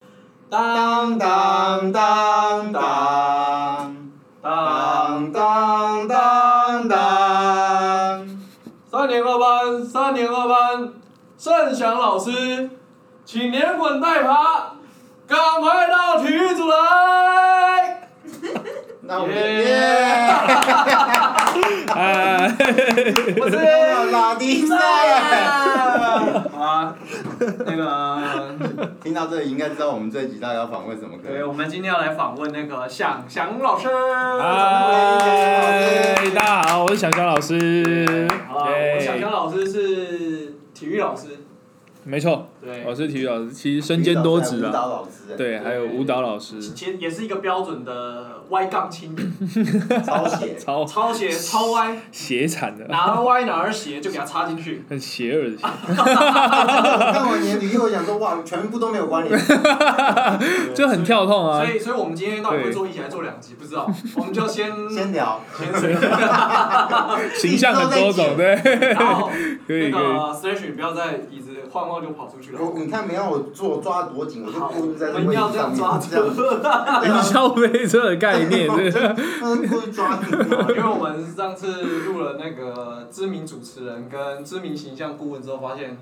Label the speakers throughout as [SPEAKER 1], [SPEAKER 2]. [SPEAKER 1] 当当当当当当当当，
[SPEAKER 2] 三年二班，三年二班，盛祥老师，请连滚带爬，赶快到体育组来！
[SPEAKER 1] 那我们
[SPEAKER 2] 耶
[SPEAKER 1] 耶，
[SPEAKER 3] 啊，
[SPEAKER 2] 我是
[SPEAKER 1] 老弟赛。
[SPEAKER 2] 好啊，那个，
[SPEAKER 1] 听到这里应该知道我们这一集大概要访问什么歌
[SPEAKER 2] 对，
[SPEAKER 1] 了。
[SPEAKER 2] 我们今天要来访问那个想祥老师。
[SPEAKER 3] 嗨，大家好，我是小小老师。
[SPEAKER 2] 好啊，我想祥老师是体育老师，
[SPEAKER 3] 没错，
[SPEAKER 2] 对，
[SPEAKER 3] 我是体育老师，其实身兼多职
[SPEAKER 1] 舞
[SPEAKER 3] 啊。
[SPEAKER 1] 蹈老师，，
[SPEAKER 3] 对，还有舞蹈老师，
[SPEAKER 2] 其实也是一个标准的歪杠青年，
[SPEAKER 1] 抄写。
[SPEAKER 3] 超
[SPEAKER 2] 超 斜超歪，
[SPEAKER 3] 邪惨的，
[SPEAKER 2] 哪儿歪哪儿斜就给它插进去。
[SPEAKER 3] 很邪恶的邪。
[SPEAKER 1] 我看完你的履历，我想说哇，全部都没有关联。
[SPEAKER 3] 就很跳痛 啊
[SPEAKER 2] 所。以，所以我们今天到底会做一集还是做两集，不知道。 我们就先
[SPEAKER 1] 先聊，
[SPEAKER 2] 先谁，
[SPEAKER 3] 形象很多种，对，
[SPEAKER 2] 然后
[SPEAKER 3] 可
[SPEAKER 2] 那
[SPEAKER 3] 以哦可以。
[SPEAKER 2] 个 Slash 不要在椅子晃晃就跑出去了。
[SPEAKER 1] 我你看没有我做抓多紧，我就
[SPEAKER 2] 好，我
[SPEAKER 1] 故意在这
[SPEAKER 2] 们
[SPEAKER 1] 位
[SPEAKER 2] 要
[SPEAKER 1] 置
[SPEAKER 2] 这
[SPEAKER 1] 上
[SPEAKER 2] 样抓
[SPEAKER 1] 面这样
[SPEAKER 2] 住，，
[SPEAKER 1] 对啊
[SPEAKER 3] 消费者的概念， 对，
[SPEAKER 1] 嗯，故意抓紧 嘛。
[SPEAKER 2] 因为我们上次录了那个知名主持人跟知名形象顾问之后，发现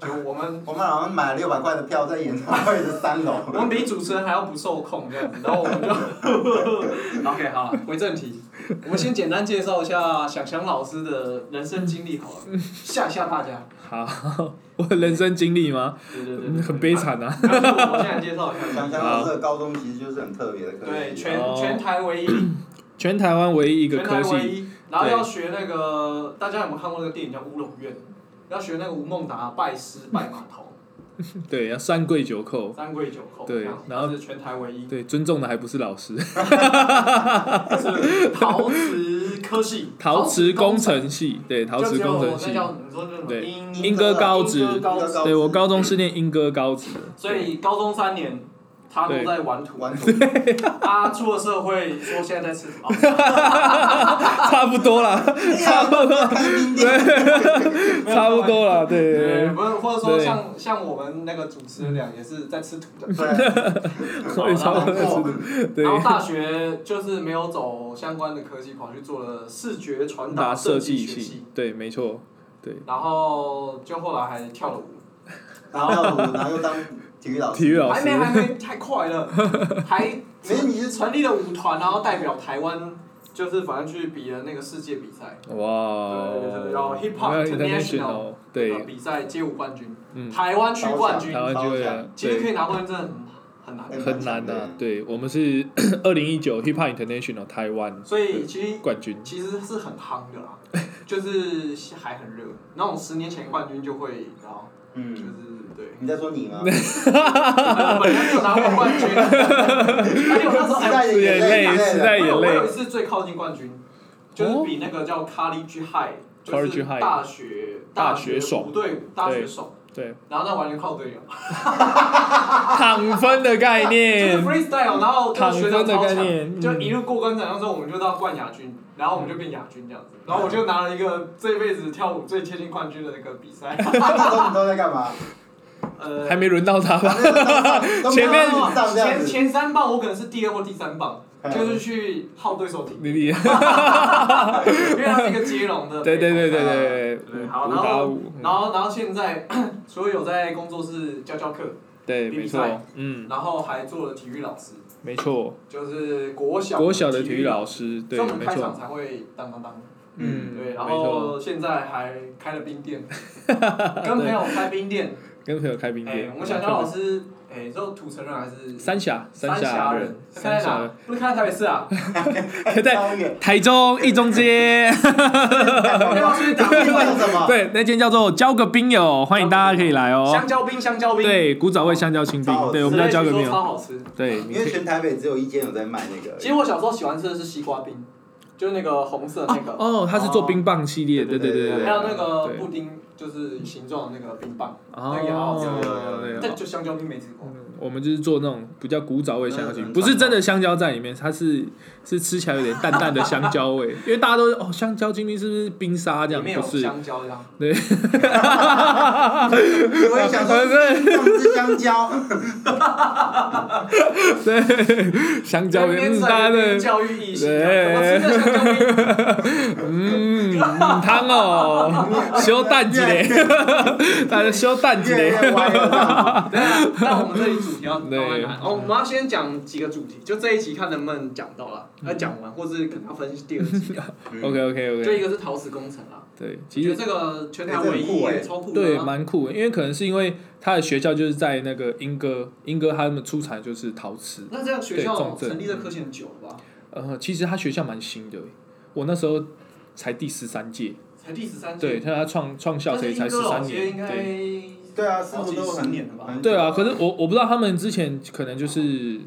[SPEAKER 2] 就我 们
[SPEAKER 1] 我们好像买了六百块的票，在演唱会的三楼。
[SPEAKER 2] 我们比主持人还要不受控这样子，然后我们就 OK 好了，回正题，我们先简单介绍一下想想老师的人生经历好了，吓吓大家。
[SPEAKER 3] 好，我的人生经历吗？
[SPEAKER 2] 对对对对，
[SPEAKER 3] 很悲 惨啊。
[SPEAKER 2] 然后我现在介绍 一
[SPEAKER 1] 想
[SPEAKER 2] 下，
[SPEAKER 1] 象老师的高中其实就是很特别的科
[SPEAKER 2] 对，
[SPEAKER 1] 系，
[SPEAKER 2] 全全台唯一，
[SPEAKER 3] 全台湾哦唯一一个
[SPEAKER 2] 全台
[SPEAKER 3] 科
[SPEAKER 2] 唯
[SPEAKER 3] 系，
[SPEAKER 2] 一，然后要学那个，大家有没有看过那个电影叫《乌龙院》？要学那个吴孟达拜师拜码 头，
[SPEAKER 3] 对，要三跪九叩，
[SPEAKER 2] 三跪九叩，
[SPEAKER 3] 对
[SPEAKER 2] 这样
[SPEAKER 3] 然后
[SPEAKER 2] 他是全台唯一，
[SPEAKER 3] 对，尊重的还不是老师，
[SPEAKER 2] 是陶瓷科系，
[SPEAKER 3] 陶瓷工
[SPEAKER 2] 工程，
[SPEAKER 3] 程系，对，陶
[SPEAKER 2] 就
[SPEAKER 3] 瓷
[SPEAKER 2] 只有
[SPEAKER 3] 工程
[SPEAKER 2] 那
[SPEAKER 3] 系，
[SPEAKER 2] 叫你说那种
[SPEAKER 3] 对
[SPEAKER 2] 英
[SPEAKER 1] 英
[SPEAKER 3] 英歌高职
[SPEAKER 2] 英，歌高职，
[SPEAKER 3] 对我高中是念英歌高职的，
[SPEAKER 2] 所以高中三年他都在玩土，
[SPEAKER 1] 完全
[SPEAKER 2] 他出了社会说现在在吃什么，
[SPEAKER 3] 差不多啦，
[SPEAKER 1] 差不多开冰店，
[SPEAKER 3] 差不多啦，对对
[SPEAKER 2] 对，
[SPEAKER 3] 对
[SPEAKER 2] 不是或者说
[SPEAKER 3] 对
[SPEAKER 2] 像像我们那个主持人俩也是在吃土的，
[SPEAKER 1] 对，
[SPEAKER 3] 所以差不多
[SPEAKER 1] 然后
[SPEAKER 3] 对
[SPEAKER 2] 然，后大学就是没有走相关的科系，跑去做了视觉传达
[SPEAKER 3] 打设计
[SPEAKER 2] 学
[SPEAKER 3] 系，，对，没错，对，
[SPEAKER 2] 然后就后来还跳了舞，
[SPEAKER 1] 然后跳舞，然后又当体育老师，
[SPEAKER 3] 体育老
[SPEAKER 2] 还
[SPEAKER 3] 师
[SPEAKER 2] 没，还没太快 了，还
[SPEAKER 1] 没有你是
[SPEAKER 2] 成立了舞团，然后代表台湾，就是反正去比了那个世界比赛，
[SPEAKER 3] 哇
[SPEAKER 2] 对对对，然后 hip hop
[SPEAKER 3] 那
[SPEAKER 2] international
[SPEAKER 3] 哦 international，
[SPEAKER 2] 那个
[SPEAKER 3] 对，
[SPEAKER 2] 比赛街舞冠军，
[SPEAKER 3] 嗯，
[SPEAKER 2] 台湾区冠军
[SPEAKER 3] 台，湾就
[SPEAKER 1] 超
[SPEAKER 3] 会啊
[SPEAKER 1] 强
[SPEAKER 2] 其实可
[SPEAKER 3] 对
[SPEAKER 2] 以拿冠军真的很很难，
[SPEAKER 3] 很难的、对我们是 二零一九 Hip Hop International 台湾
[SPEAKER 2] 所以其实
[SPEAKER 3] 冠军，
[SPEAKER 2] 其实是很夯的啦， 就是还很热，那种十年前冠军就会，你知道。就
[SPEAKER 1] 嗯，
[SPEAKER 2] 是对，
[SPEAKER 1] 你在说你 吗？
[SPEAKER 2] 本来就拿过冠军，而且我那时候
[SPEAKER 1] 时
[SPEAKER 2] 还
[SPEAKER 1] 代
[SPEAKER 2] 有
[SPEAKER 1] 的眼泪，
[SPEAKER 3] 时代
[SPEAKER 2] 我
[SPEAKER 3] 的眼
[SPEAKER 2] 有我有一
[SPEAKER 3] 泪，
[SPEAKER 2] 次最靠近冠军，就是比那个叫 College High，就是
[SPEAKER 3] College High
[SPEAKER 2] 大学
[SPEAKER 3] 大
[SPEAKER 2] 学
[SPEAKER 3] 学手
[SPEAKER 2] 舞队伍大学手，
[SPEAKER 3] 对，
[SPEAKER 2] 然后那完全靠队友，
[SPEAKER 3] 躺分的概
[SPEAKER 2] 就是
[SPEAKER 3] 念，
[SPEAKER 2] freestyle，然后就
[SPEAKER 3] 躺
[SPEAKER 2] 学长
[SPEAKER 3] 分的
[SPEAKER 2] 超
[SPEAKER 3] 概
[SPEAKER 2] 强，
[SPEAKER 3] 念，
[SPEAKER 2] 就一路过关斩将之后，我们就到冠亚军，然后我们就变亚军这样子，然后我就拿了一个这辈子跳舞最接近冠军的那个比赛，
[SPEAKER 1] 那时候你都在干嘛？
[SPEAKER 2] 呃，
[SPEAKER 3] 还没轮到他吧？
[SPEAKER 1] 前上这样
[SPEAKER 2] 前
[SPEAKER 1] 子，
[SPEAKER 2] 前三棒我可能是第二或第三棒，
[SPEAKER 3] 哎
[SPEAKER 2] 就是去耗对手体力。
[SPEAKER 3] 你你，
[SPEAKER 2] 因为它是一个接龙的。
[SPEAKER 3] 对对对对对，
[SPEAKER 2] 对
[SPEAKER 3] 五
[SPEAKER 2] 好然后
[SPEAKER 3] 打五，
[SPEAKER 2] 然后，然后现在 除了有在工作室教教课，
[SPEAKER 3] 对，
[SPEAKER 2] 比
[SPEAKER 3] 没
[SPEAKER 2] 赛
[SPEAKER 3] 错，嗯，
[SPEAKER 2] 然后还做了体育老师，
[SPEAKER 3] 没错，
[SPEAKER 2] 就是国小
[SPEAKER 3] 国小的体
[SPEAKER 2] 体
[SPEAKER 3] 育
[SPEAKER 2] 育
[SPEAKER 3] 老师，对
[SPEAKER 2] 所以我，们
[SPEAKER 3] 没
[SPEAKER 2] 开场
[SPEAKER 3] 错，
[SPEAKER 2] 才会当当当。
[SPEAKER 3] 嗯，
[SPEAKER 2] 对，然
[SPEAKER 3] 没错，
[SPEAKER 2] 后现在还开了冰 店，跟朋友开冰店。
[SPEAKER 3] 跟朋友开冰
[SPEAKER 2] 哎
[SPEAKER 3] 店，，
[SPEAKER 2] 我们小乔老师，哎，这土城人还是
[SPEAKER 3] 三峡，
[SPEAKER 2] 三
[SPEAKER 3] 峡
[SPEAKER 2] 人？
[SPEAKER 3] 三
[SPEAKER 2] 开在
[SPEAKER 3] 峡人
[SPEAKER 2] 哪，？不是开在台北市啊？
[SPEAKER 3] 在
[SPEAKER 1] 超远，
[SPEAKER 3] 台中一中 街。
[SPEAKER 1] 哎
[SPEAKER 2] 要去打
[SPEAKER 1] 你做什么？
[SPEAKER 3] 对，那间叫做交个冰友，欢迎大家可以来哦。
[SPEAKER 2] 香蕉冰，香蕉冰。，
[SPEAKER 3] 对，古早味香蕉清
[SPEAKER 1] 超好吃
[SPEAKER 3] 冰，对，我
[SPEAKER 2] 我
[SPEAKER 3] 们
[SPEAKER 2] 们在
[SPEAKER 3] 叫交个冰友。
[SPEAKER 2] 超好吃。
[SPEAKER 3] 对，你
[SPEAKER 1] 因
[SPEAKER 3] 可
[SPEAKER 1] 为
[SPEAKER 3] 以
[SPEAKER 1] 全台北只有一间有在卖那 个，
[SPEAKER 2] 其实我小时候喜欢吃的是西瓜冰，就是那个红色那个，
[SPEAKER 3] 哦，它是做冰棒系列，对
[SPEAKER 1] 对
[SPEAKER 3] 对对
[SPEAKER 1] 对
[SPEAKER 3] 对。
[SPEAKER 2] 还有那个
[SPEAKER 3] 对
[SPEAKER 2] 布丁，就是形状的那个冰棒，那个也好好吃。
[SPEAKER 3] 哦，
[SPEAKER 2] 但
[SPEAKER 3] 对。
[SPEAKER 2] 就香蕉冰没吃过。
[SPEAKER 3] 嗯我们就是做那种比较古早味香蕉
[SPEAKER 1] 嗯
[SPEAKER 3] 冰，不是真的香蕉在里面，它是是吃起来有点淡淡的香蕉味，因为大家都哦，香蕉精冰是不是冰沙
[SPEAKER 2] 里
[SPEAKER 3] 这样？
[SPEAKER 2] 面有
[SPEAKER 3] 不是，
[SPEAKER 2] 香蕉这样，
[SPEAKER 1] 我也想说，放只香蕉，
[SPEAKER 3] 对，香
[SPEAKER 2] 在
[SPEAKER 3] 蕉
[SPEAKER 2] 那
[SPEAKER 3] 味，
[SPEAKER 2] 边
[SPEAKER 3] 嗯，
[SPEAKER 2] 在
[SPEAKER 3] 大家
[SPEAKER 2] 那边
[SPEAKER 3] 的，
[SPEAKER 2] 教育意识，
[SPEAKER 3] 对
[SPEAKER 2] 我吃的香蕉 味，
[SPEAKER 3] 嗯，汤哦，修蛋几嘞，大家修蛋几
[SPEAKER 1] 越
[SPEAKER 3] 嘞
[SPEAKER 1] 来，越歪了这样子。
[SPEAKER 2] 等一下那我们这里主题要慢
[SPEAKER 3] 对
[SPEAKER 2] 慢来。哦，我们要先讲几个主题，就这一集看能不能讲到啦，
[SPEAKER 3] 嗯
[SPEAKER 2] 呃，讲完，或是可能要分第二 集。
[SPEAKER 1] 嗯
[SPEAKER 3] OK OK
[SPEAKER 2] 就一
[SPEAKER 3] OK，
[SPEAKER 2] 个是陶瓷工程啦，
[SPEAKER 3] 对，
[SPEAKER 2] 我
[SPEAKER 3] 其
[SPEAKER 2] 觉
[SPEAKER 3] 实
[SPEAKER 2] 得这个全台
[SPEAKER 1] 哎
[SPEAKER 2] 唯
[SPEAKER 1] 这很
[SPEAKER 2] 一
[SPEAKER 1] 酷
[SPEAKER 2] 耶，
[SPEAKER 1] 哎
[SPEAKER 2] 超酷的啊。
[SPEAKER 3] 对，蛮酷的，因为可能是因为他的学校就是在那个英歌，英歌他们出产就是陶瓷，
[SPEAKER 2] 那这样学
[SPEAKER 3] 对
[SPEAKER 2] 校
[SPEAKER 3] 重症
[SPEAKER 2] 成立这科系很久了吧？
[SPEAKER 3] 呃，其实他学校蛮新的，我那时候才第十三届，
[SPEAKER 2] 才第十三
[SPEAKER 3] 对，
[SPEAKER 2] 届，
[SPEAKER 3] 他他创创校
[SPEAKER 2] 但
[SPEAKER 3] 才
[SPEAKER 2] 是
[SPEAKER 3] 才
[SPEAKER 2] 英
[SPEAKER 3] 十
[SPEAKER 2] 歌老
[SPEAKER 3] 三
[SPEAKER 2] 街
[SPEAKER 3] 年，
[SPEAKER 2] 应
[SPEAKER 3] 对。
[SPEAKER 2] 该
[SPEAKER 1] 对啊，师傅都
[SPEAKER 2] 好几十
[SPEAKER 1] 很
[SPEAKER 2] 年了吧
[SPEAKER 1] 很久
[SPEAKER 3] 对啊，可是我我不知道他们之前可能就是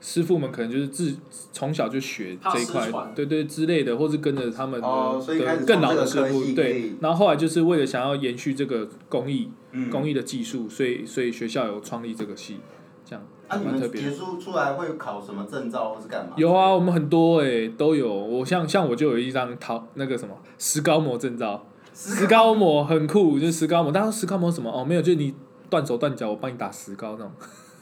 [SPEAKER 3] 师傅们可能就是自从小就学这一
[SPEAKER 2] 怕
[SPEAKER 3] 块
[SPEAKER 2] 失传，
[SPEAKER 3] 对对之类的，或是跟着他们的、
[SPEAKER 1] 哦所以开始
[SPEAKER 3] 的更老
[SPEAKER 1] 从
[SPEAKER 3] 的师
[SPEAKER 1] 这个科
[SPEAKER 3] 傅
[SPEAKER 1] 系可
[SPEAKER 3] 对
[SPEAKER 1] 以，
[SPEAKER 3] 然后后来就是为了想要延续这个工艺、
[SPEAKER 1] 嗯
[SPEAKER 3] 工艺的技术，所以所以学校有创立这个系，这样
[SPEAKER 1] 啊，你
[SPEAKER 3] 蛮特
[SPEAKER 1] 们
[SPEAKER 3] 别
[SPEAKER 1] 结
[SPEAKER 3] 的。
[SPEAKER 1] 束出来会考什么证照或是干嘛？
[SPEAKER 3] 有啊，我们很多哎、都有。我像像我就有一张陶那个什么石膏模证照，石膏模很酷，就是石膏模。大家说石膏模什么？哦，没有，就是你断手断脚，我帮你打石膏那种。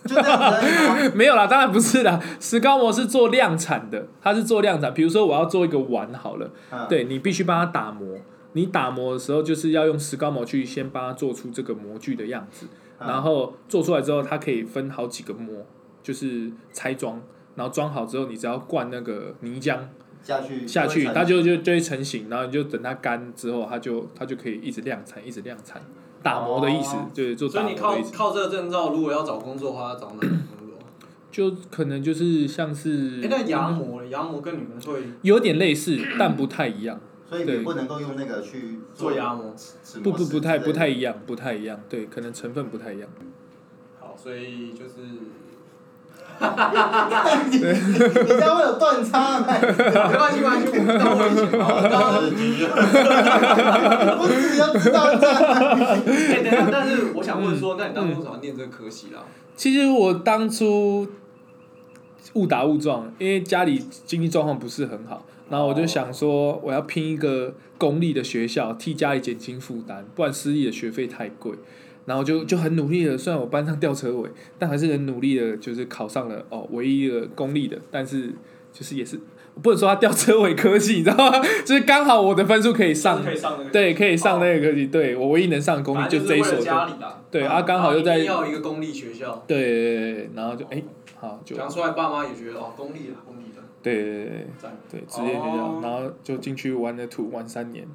[SPEAKER 1] 就这样子而已吗。
[SPEAKER 3] 没有啦，当然不是啦。石膏模是做量产的，它是做量产。比如说我要做一个碗好了，
[SPEAKER 1] 嗯，
[SPEAKER 3] 对你必须帮它打磨。你打磨的时候就是要用石膏模去先帮它做出这个模具的样子，
[SPEAKER 1] 嗯
[SPEAKER 3] 然后做出来之后，它可以分好几个模，就是拆装，然后装好之后，你只要灌那个泥浆
[SPEAKER 1] 下去
[SPEAKER 3] 下去，
[SPEAKER 1] 就会
[SPEAKER 3] 它就就就会成型，然后你就等它干之后，它就它就可以一直量产，一直量产。打磨的意思、
[SPEAKER 1] 哦
[SPEAKER 3] 就是做
[SPEAKER 2] 所
[SPEAKER 3] 打
[SPEAKER 2] 以
[SPEAKER 3] 磨
[SPEAKER 2] 你靠
[SPEAKER 3] 的意思，
[SPEAKER 2] 靠这个证照，如果要找工作的话，要找哪种 工作？
[SPEAKER 3] 就可能就是像是
[SPEAKER 2] 哎，那牙模，牙模跟你们会
[SPEAKER 3] 有点类似，但不太一样。
[SPEAKER 1] 所以
[SPEAKER 3] 对
[SPEAKER 1] 你不能够用那个去
[SPEAKER 2] 做牙模？
[SPEAKER 1] 齿
[SPEAKER 3] 不
[SPEAKER 1] 模
[SPEAKER 3] 不
[SPEAKER 1] 式
[SPEAKER 3] 不太
[SPEAKER 1] 之类的
[SPEAKER 3] 不太一样，不太一样。对，可能成分不太一样。
[SPEAKER 2] 好，所以 就是
[SPEAKER 1] 你这样会有断差。
[SPEAKER 2] 没关系，没关系，我们到我以前，我到我以前
[SPEAKER 1] 不是你要知道这样
[SPEAKER 2] 哎，等一下，但是我想问说，那你当初怎么念这个科系啦？
[SPEAKER 3] 其实我当初误打误撞，因为家里经济状况不是很好，然后我就想说我要拼一个公立的学校，替家里减轻负担，不然私立的学费太贵。然后就就 很努力的，虽然我班上吊车尾，但还是很努力的，就是考上了哦唯一的公立的，但是就是也是我不能说他吊车尾科技，你知道吗？就是刚好我的分数可以上
[SPEAKER 2] 就是可以上那个，
[SPEAKER 3] 对，可以上那个科技，对我唯一能上的公立
[SPEAKER 2] 反正
[SPEAKER 3] 这一
[SPEAKER 2] 为
[SPEAKER 3] 所
[SPEAKER 2] 了
[SPEAKER 3] 的，
[SPEAKER 2] 家里啦。
[SPEAKER 3] 对啊，刚好又
[SPEAKER 2] 啊
[SPEAKER 3] 在
[SPEAKER 2] 一定要有一个公立学校，
[SPEAKER 3] 对对对对，然后就哎、好就
[SPEAKER 2] 讲出来爸妈也觉得哦，公立啦，公立的，
[SPEAKER 3] 对对对
[SPEAKER 2] 赞
[SPEAKER 3] 对对职业学校，
[SPEAKER 2] 哦
[SPEAKER 3] 然后就进去玩了土玩三年，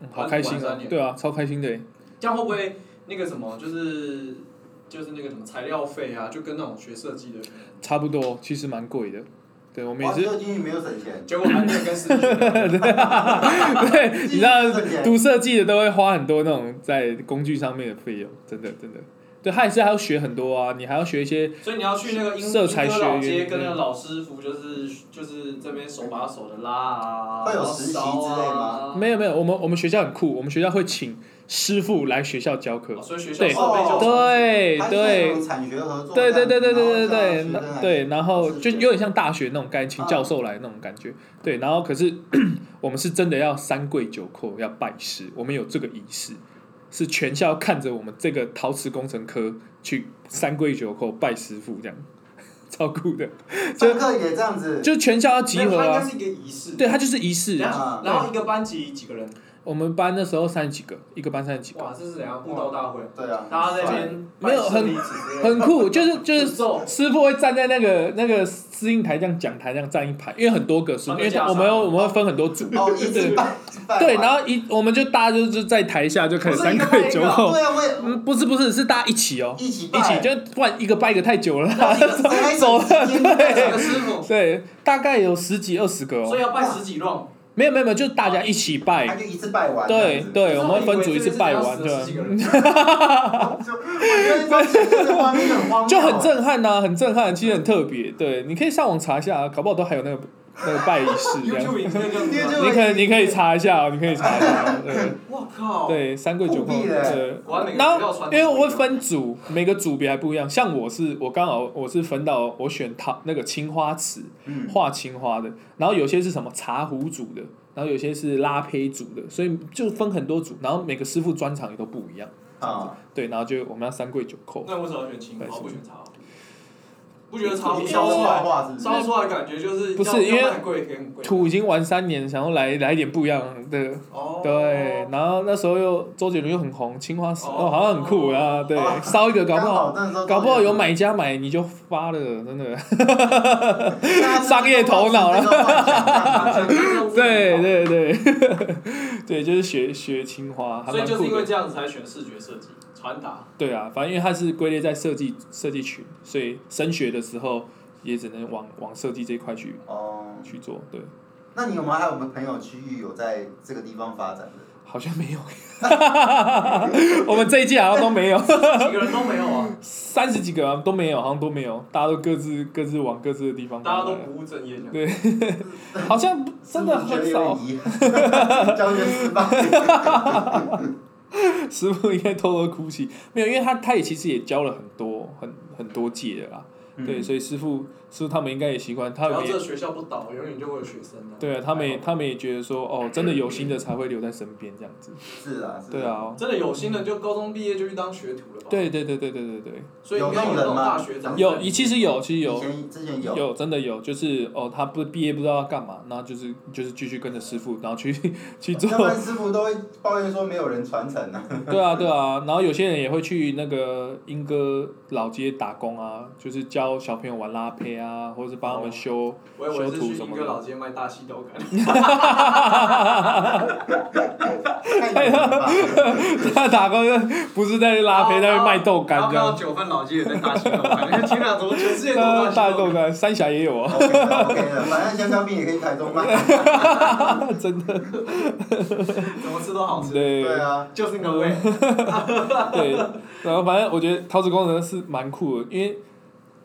[SPEAKER 3] 嗯好
[SPEAKER 2] 玩
[SPEAKER 3] 开心
[SPEAKER 2] 玩
[SPEAKER 3] 啊
[SPEAKER 2] 三！年
[SPEAKER 3] 对啊，超开心的欸，
[SPEAKER 2] 这样会不会那个什么，就是就是那个什么材料费啊，就跟那种学设计的，
[SPEAKER 3] 差不多，其实蛮贵的。对，我们也
[SPEAKER 1] 哇，
[SPEAKER 3] 是，
[SPEAKER 1] 这进去没有省钱，
[SPEAKER 2] 结果还没有跟私立学校
[SPEAKER 3] 对，你知道
[SPEAKER 1] 这进去没有省钱
[SPEAKER 3] 读设计的都会花很多那种在工具上面的费用，真的真的。对，他也是还要学很多啊，你还要学一些，
[SPEAKER 2] 所以你要去那个英
[SPEAKER 3] 色彩
[SPEAKER 2] 英歌老
[SPEAKER 3] 学院
[SPEAKER 2] 街跟那个老师傅，就是就是这边手把手的拉啊，
[SPEAKER 1] 会有
[SPEAKER 2] 然后
[SPEAKER 1] 实习
[SPEAKER 2] 烧啊
[SPEAKER 1] 之类吗？
[SPEAKER 3] 没有没有，我们我们学校很酷，我们学校会请师傅来学校教课
[SPEAKER 2] 哦，所以学校设备
[SPEAKER 3] 对
[SPEAKER 2] 就
[SPEAKER 1] 它
[SPEAKER 3] 对
[SPEAKER 1] 是
[SPEAKER 3] 对
[SPEAKER 1] 那，种产学合作这
[SPEAKER 3] 对
[SPEAKER 1] 样子，
[SPEAKER 3] 对对对对对
[SPEAKER 1] 然后让学生
[SPEAKER 3] 对那
[SPEAKER 1] 来
[SPEAKER 3] 对，然后
[SPEAKER 1] 是
[SPEAKER 3] 就
[SPEAKER 1] 的
[SPEAKER 3] 有点像大学那种感请教授来那种感觉，
[SPEAKER 2] 嗯
[SPEAKER 3] 对，然后可是 我们是真的要三跪九叩要拜师，我们有这个仪式，是全校看着我们这个陶瓷工程科去三跪九叩拜师傅这样，超酷的，
[SPEAKER 1] 上课也这样子，
[SPEAKER 3] 就全校要集合
[SPEAKER 2] 没有它应该
[SPEAKER 3] 啊，
[SPEAKER 2] 是一个仪式。
[SPEAKER 3] 对，它就是仪式
[SPEAKER 2] 然。后
[SPEAKER 1] 啊
[SPEAKER 2] 然后一个班级几个人？
[SPEAKER 3] 我们班那时候三十几个，一个班三十几个，
[SPEAKER 2] 哇，这是怎样布道大会？
[SPEAKER 1] 对啊，
[SPEAKER 2] 大家在那边
[SPEAKER 3] 没有很很酷，就是就是
[SPEAKER 2] 受
[SPEAKER 3] 师傅会站在那个那个司令台这样讲台这样站一排，因为很多个师傅，因为他我们有我们会分很多组，
[SPEAKER 1] 哦，一直办
[SPEAKER 3] 对，
[SPEAKER 1] 后
[SPEAKER 3] 然后一我们就大家就是在台下就开始三跪九叩，
[SPEAKER 1] 对啊，我也
[SPEAKER 3] 嗯，不是不是，是大家一起哦，
[SPEAKER 1] 一起
[SPEAKER 3] 一起
[SPEAKER 1] 办，
[SPEAKER 3] 就不然一个拜一个太久了啦，
[SPEAKER 1] 走了，
[SPEAKER 2] 这
[SPEAKER 1] 对
[SPEAKER 2] 个师傅，
[SPEAKER 3] 对，大概有十几二十个
[SPEAKER 2] 所
[SPEAKER 3] 哦
[SPEAKER 2] 以，要办十几 round。
[SPEAKER 3] 没有没有没有，就大家一起
[SPEAKER 1] 他
[SPEAKER 3] 拜，
[SPEAKER 1] 就一次拜完，啊
[SPEAKER 3] 对 对，
[SPEAKER 2] 可是
[SPEAKER 3] 我们会分组
[SPEAKER 2] 以
[SPEAKER 3] 一
[SPEAKER 2] 为
[SPEAKER 3] 次
[SPEAKER 2] 这个是
[SPEAKER 3] 拜
[SPEAKER 2] 要
[SPEAKER 3] 完，
[SPEAKER 2] 死
[SPEAKER 3] 对吧
[SPEAKER 2] 十几。个人
[SPEAKER 1] 我觉得这个画面很荒谬，
[SPEAKER 3] 就很震撼呐、很震撼，其实很特别。对，你可以上网查一下、啊，搞不好都还有那个那个拜仪式这样。
[SPEAKER 2] YouTube 影片这样 子吗，
[SPEAKER 3] 你可以你可以查一下、哦，你可以查一下、哦。对
[SPEAKER 2] 我靠，
[SPEAKER 3] 对，三跪九
[SPEAKER 1] 酷
[SPEAKER 3] 叩。
[SPEAKER 1] 毙了
[SPEAKER 3] 对
[SPEAKER 2] 果然每，个
[SPEAKER 3] 然
[SPEAKER 2] 人要
[SPEAKER 3] 后
[SPEAKER 2] 穿
[SPEAKER 3] 因为我
[SPEAKER 2] 不
[SPEAKER 3] 会
[SPEAKER 2] 一样
[SPEAKER 3] 分组，每个组别还不一样。像我是我刚好我是分到我选桃那个青花瓷，
[SPEAKER 1] 嗯
[SPEAKER 3] 画青花的，然后有些是什么茶壶组的，然后有些是拉胚组的，所以就分很多组，然后每个师傅专长也都不一样。
[SPEAKER 1] 啊，
[SPEAKER 3] 对，然后就我们要三跪九叩。
[SPEAKER 2] 那为什么要选青
[SPEAKER 3] 对
[SPEAKER 2] 花不选茶？不觉得
[SPEAKER 1] 超
[SPEAKER 2] 超
[SPEAKER 1] 出
[SPEAKER 2] 烧出来，
[SPEAKER 1] 画是不是？
[SPEAKER 2] 烧出来的感觉就是
[SPEAKER 3] 不是
[SPEAKER 2] 要
[SPEAKER 3] 因为
[SPEAKER 2] 要卖贵可以很贵，
[SPEAKER 3] 土已经玩三年，想要来来一点不一样的，
[SPEAKER 2] 哦，
[SPEAKER 3] 对。然后那时候又周杰伦又很红，青花瓷哦，好像很酷啊，对
[SPEAKER 1] 哦，
[SPEAKER 3] 烧一个搞不
[SPEAKER 1] 刚
[SPEAKER 3] 好，
[SPEAKER 1] 那时候
[SPEAKER 3] 搞不好有买家买你就发了，真的。
[SPEAKER 1] 商
[SPEAKER 3] 商业头脑啊了
[SPEAKER 1] 了。
[SPEAKER 3] 对对对， 对，就是学学青花，还
[SPEAKER 2] 所以
[SPEAKER 3] 蛮
[SPEAKER 2] 就
[SPEAKER 3] 酷
[SPEAKER 2] 是因为
[SPEAKER 3] 的。
[SPEAKER 2] 这样子才选视觉设计传 达。
[SPEAKER 3] 对啊，反正因为它是归类在设计设计群，所以升学的时候也只能往往设计这一块去
[SPEAKER 1] 哦，
[SPEAKER 3] 去做。对，
[SPEAKER 1] 那你有没有还有没有朋友区域有在这个地方发展的？
[SPEAKER 3] 好像没有， 我们这一届好像都没有，
[SPEAKER 2] 几个人都没有啊，
[SPEAKER 3] 三十几个啊都没有，好像都没有，大家都各自各自往各自的地方
[SPEAKER 2] 大家
[SPEAKER 3] 发
[SPEAKER 2] 都
[SPEAKER 3] 展。
[SPEAKER 2] 不务正业。
[SPEAKER 3] 对，好像真的很少。
[SPEAKER 1] 是不是觉得有点遗憾，教学失败。
[SPEAKER 3] 师傅应该偷偷哭泣，没有，因为他他也其实也教了很多很很多届了啦，对，所以师傅师傅他们应该也习惯，他
[SPEAKER 2] 只嗯要
[SPEAKER 3] 们也
[SPEAKER 2] 这学校不倒，永远就会有学生的。
[SPEAKER 1] 嗯
[SPEAKER 3] 对啊，他们也他们也觉得说哦，真的有心的才会留在身边这样子，
[SPEAKER 1] 是啊，是。
[SPEAKER 3] 对。啊，
[SPEAKER 2] 真的有心人就高中毕业就去当学徒了吧？，
[SPEAKER 3] 对对对对对对对，
[SPEAKER 2] 所以应该有那种大学长。
[SPEAKER 3] 有其实有其
[SPEAKER 1] 以
[SPEAKER 3] 实有
[SPEAKER 1] 前之前有，
[SPEAKER 3] 有真的有，就是哦，他不毕业不知道要干嘛，然后就是就是继续跟着师傅，然后去 去做
[SPEAKER 1] 要不然师傅都会抱怨说没有人传承啊。
[SPEAKER 3] 对啊，对啊，然后有些人也会去那个英歌老街打工啊，就是教小朋友玩拉胚啊，或者是
[SPEAKER 1] 哦
[SPEAKER 3] 帮他们修、
[SPEAKER 2] 我以为是去英歌老街卖大西豆干。
[SPEAKER 1] 太远了吧
[SPEAKER 3] 他打工就不是在拉
[SPEAKER 1] 哦
[SPEAKER 3] 胚，在卖豆干这
[SPEAKER 2] 然后
[SPEAKER 3] 样。
[SPEAKER 2] 到九份老街也在大西豆干， 你看天哪，怎么全世界都有
[SPEAKER 1] 哦
[SPEAKER 3] 呃
[SPEAKER 2] 大
[SPEAKER 3] 大
[SPEAKER 2] 西豆
[SPEAKER 3] 豆
[SPEAKER 2] 干？
[SPEAKER 3] 干，三峡也有啊，
[SPEAKER 1] OK 了，OK 了，反正香蕉冰也可以台中卖。
[SPEAKER 3] 真的。
[SPEAKER 2] 怎么吃都好吃，
[SPEAKER 3] 对
[SPEAKER 1] 对啊，
[SPEAKER 2] 就是那个味。
[SPEAKER 3] 对，然后反正我觉得陶瓷工程是蛮酷的，因为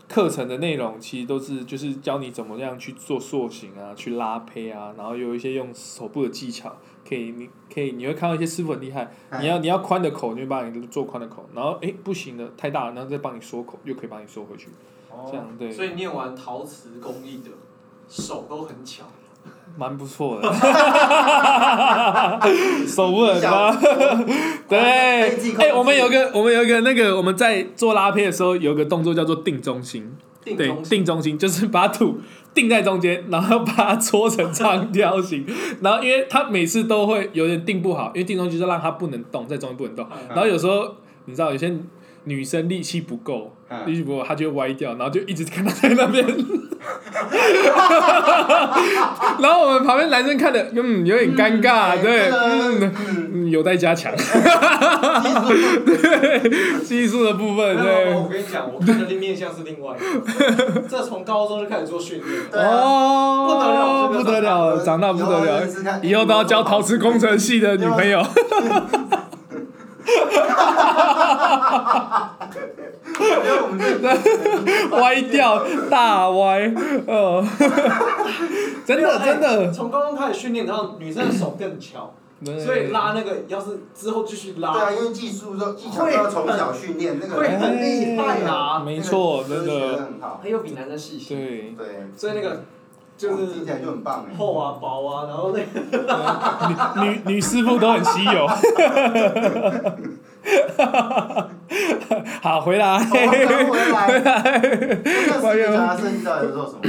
[SPEAKER 3] 课程的内容其实都是就是教你怎么样去做塑形啊，去拉胚啊，然后有一些用手部的技巧，可以你可以你会看到一些师傅很厉害。
[SPEAKER 1] 哎
[SPEAKER 3] 你要你要宽的口，就帮你做宽的口，然后诶不行的太大了，然后再帮你缩口，又可以帮你缩回去，这
[SPEAKER 1] 哦
[SPEAKER 3] 样对，
[SPEAKER 2] 嗯所以念完陶瓷工艺的，手都很巧。
[SPEAKER 3] 蛮不错 的。手稳
[SPEAKER 1] 小
[SPEAKER 3] 吗？对，
[SPEAKER 1] 可以自己控
[SPEAKER 3] 哎、
[SPEAKER 1] 制
[SPEAKER 3] 我们有一个我们有一个那个我们在做拉胚的时候，有一个动作叫做定中心，
[SPEAKER 2] 定
[SPEAKER 3] 对，
[SPEAKER 2] 中
[SPEAKER 3] 定中心 就是把土定在中间，然后把它搓成长条形，然后因为它每次都会有点定不好，因为定中心就是让它不能动，在中间不能动，
[SPEAKER 2] 嗯
[SPEAKER 3] 然后有时候你知道有些女生力气不够，
[SPEAKER 1] 嗯
[SPEAKER 3] 力气不够，她就会歪掉，然后就一直看她在那边。 然后我们旁边男生看的，嗯，有点尴尬，
[SPEAKER 1] 嗯
[SPEAKER 3] 对，
[SPEAKER 1] 这个
[SPEAKER 3] 嗯嗯，有待加强， 技术的部分，
[SPEAKER 2] 没
[SPEAKER 3] 对
[SPEAKER 2] 有，我跟你讲，我看的面向是另外一个。 这从高中就开始做训练了，
[SPEAKER 1] 对啊
[SPEAKER 3] 哦，
[SPEAKER 2] 不
[SPEAKER 3] 不
[SPEAKER 2] 得
[SPEAKER 3] 得
[SPEAKER 2] 了
[SPEAKER 3] 了，长大不得了，
[SPEAKER 1] 了
[SPEAKER 3] 以后都要交陶瓷工程系的女朋友。
[SPEAKER 1] 因为我们这
[SPEAKER 3] 歪掉，大歪，呃， 真的
[SPEAKER 2] 哎
[SPEAKER 3] 真的，嗯
[SPEAKER 2] 从高中开始训练，然后女生的手更巧，
[SPEAKER 3] 对
[SPEAKER 2] 所以拉那个要是之后继续
[SPEAKER 1] 对啊，
[SPEAKER 2] 拉，
[SPEAKER 1] 因为技术都技巧都要从小训练，那个
[SPEAKER 2] 会很厉害啊
[SPEAKER 3] 没错，
[SPEAKER 1] 那个
[SPEAKER 3] 真
[SPEAKER 1] 学得
[SPEAKER 3] 的，
[SPEAKER 1] 很好，
[SPEAKER 2] 她又比男生细心，
[SPEAKER 3] 对，
[SPEAKER 1] 对，
[SPEAKER 2] 所以那个就
[SPEAKER 1] 哇听
[SPEAKER 2] 是
[SPEAKER 1] 起来就很棒哎。
[SPEAKER 2] 厚啊薄啊，然后那个
[SPEAKER 3] 女女女师傅都很稀有。 好，回来。
[SPEAKER 1] 好我回来，那视觉传达设计到底在做什么？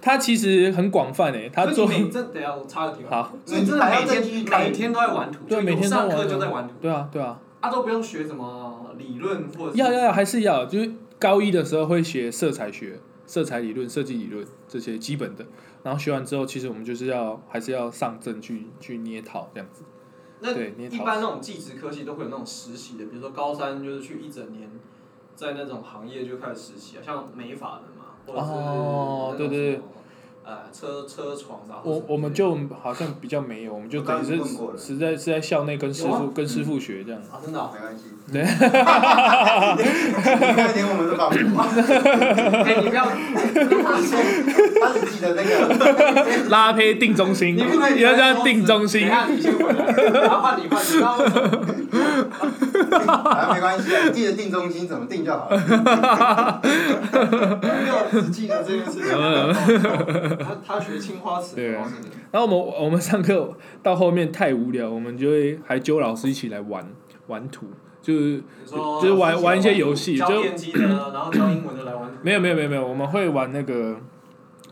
[SPEAKER 3] 他其实很广泛诶，他做
[SPEAKER 2] 所以你每这等一下我插个题外话，
[SPEAKER 3] 好，
[SPEAKER 2] 所以你真的
[SPEAKER 1] 还要
[SPEAKER 2] 每
[SPEAKER 1] 再继续
[SPEAKER 2] 天
[SPEAKER 1] 看
[SPEAKER 2] 每天都在玩土，
[SPEAKER 3] 对，
[SPEAKER 2] 就
[SPEAKER 3] 每天
[SPEAKER 2] 有
[SPEAKER 3] 都
[SPEAKER 2] 上
[SPEAKER 3] 玩
[SPEAKER 2] 课就
[SPEAKER 3] 啊
[SPEAKER 2] 在玩土，
[SPEAKER 3] 对啊，对啊，
[SPEAKER 2] 啊都不用学什么理论或者
[SPEAKER 3] 要要要，还是要，就是高一的时候会学色彩学、色彩理论、设计理论这些基本的，然后学完之后，其实我们就是要还是要上阵去去捏陶这样子。
[SPEAKER 2] 那
[SPEAKER 3] 对，捏
[SPEAKER 2] 一
[SPEAKER 3] 陶。
[SPEAKER 2] 般那种技职科系都会有那种实习的，比如说高三就是去一整年，在那种行业就开始实习啊，像美发的嘛，或者是
[SPEAKER 3] 哦对对对
[SPEAKER 2] 对，呃，车车床的啊。或
[SPEAKER 3] 我
[SPEAKER 2] 者
[SPEAKER 3] 我们就好像比较没有，我们就
[SPEAKER 1] 我
[SPEAKER 3] 等
[SPEAKER 1] 刚
[SPEAKER 3] 于
[SPEAKER 1] 刚问
[SPEAKER 3] 是
[SPEAKER 1] 过了
[SPEAKER 3] 实在是在校内跟师
[SPEAKER 2] 有啊
[SPEAKER 3] 傅跟师傅学这样。
[SPEAKER 2] 啊，真的啊、
[SPEAKER 1] 没关系，
[SPEAKER 3] 对，
[SPEAKER 1] 你看连我们都搞不懂，
[SPEAKER 2] 哎、你不 要，
[SPEAKER 1] 他只记得那个，
[SPEAKER 3] 拉胚定中心，
[SPEAKER 2] 你不能
[SPEAKER 3] 要叫定中
[SPEAKER 2] 等一
[SPEAKER 3] 心。
[SPEAKER 2] 下你先回来， 然后换你换你，不要
[SPEAKER 1] 啊，没 关系啊，记得定中心怎么定就好了。
[SPEAKER 2] 没有只记得这件事 情。他他学青花瓷，
[SPEAKER 3] 嗯对啊
[SPEAKER 2] 然后是
[SPEAKER 3] 然后我们我们上课到后面太无聊，我们就会还揪老师一起来玩玩土，就是
[SPEAKER 2] 你说
[SPEAKER 3] 就是玩玩一些游戏
[SPEAKER 2] 教
[SPEAKER 3] 就
[SPEAKER 2] 电机的，然后教英文的来玩，
[SPEAKER 3] 没有没有没有没有，我们会玩那个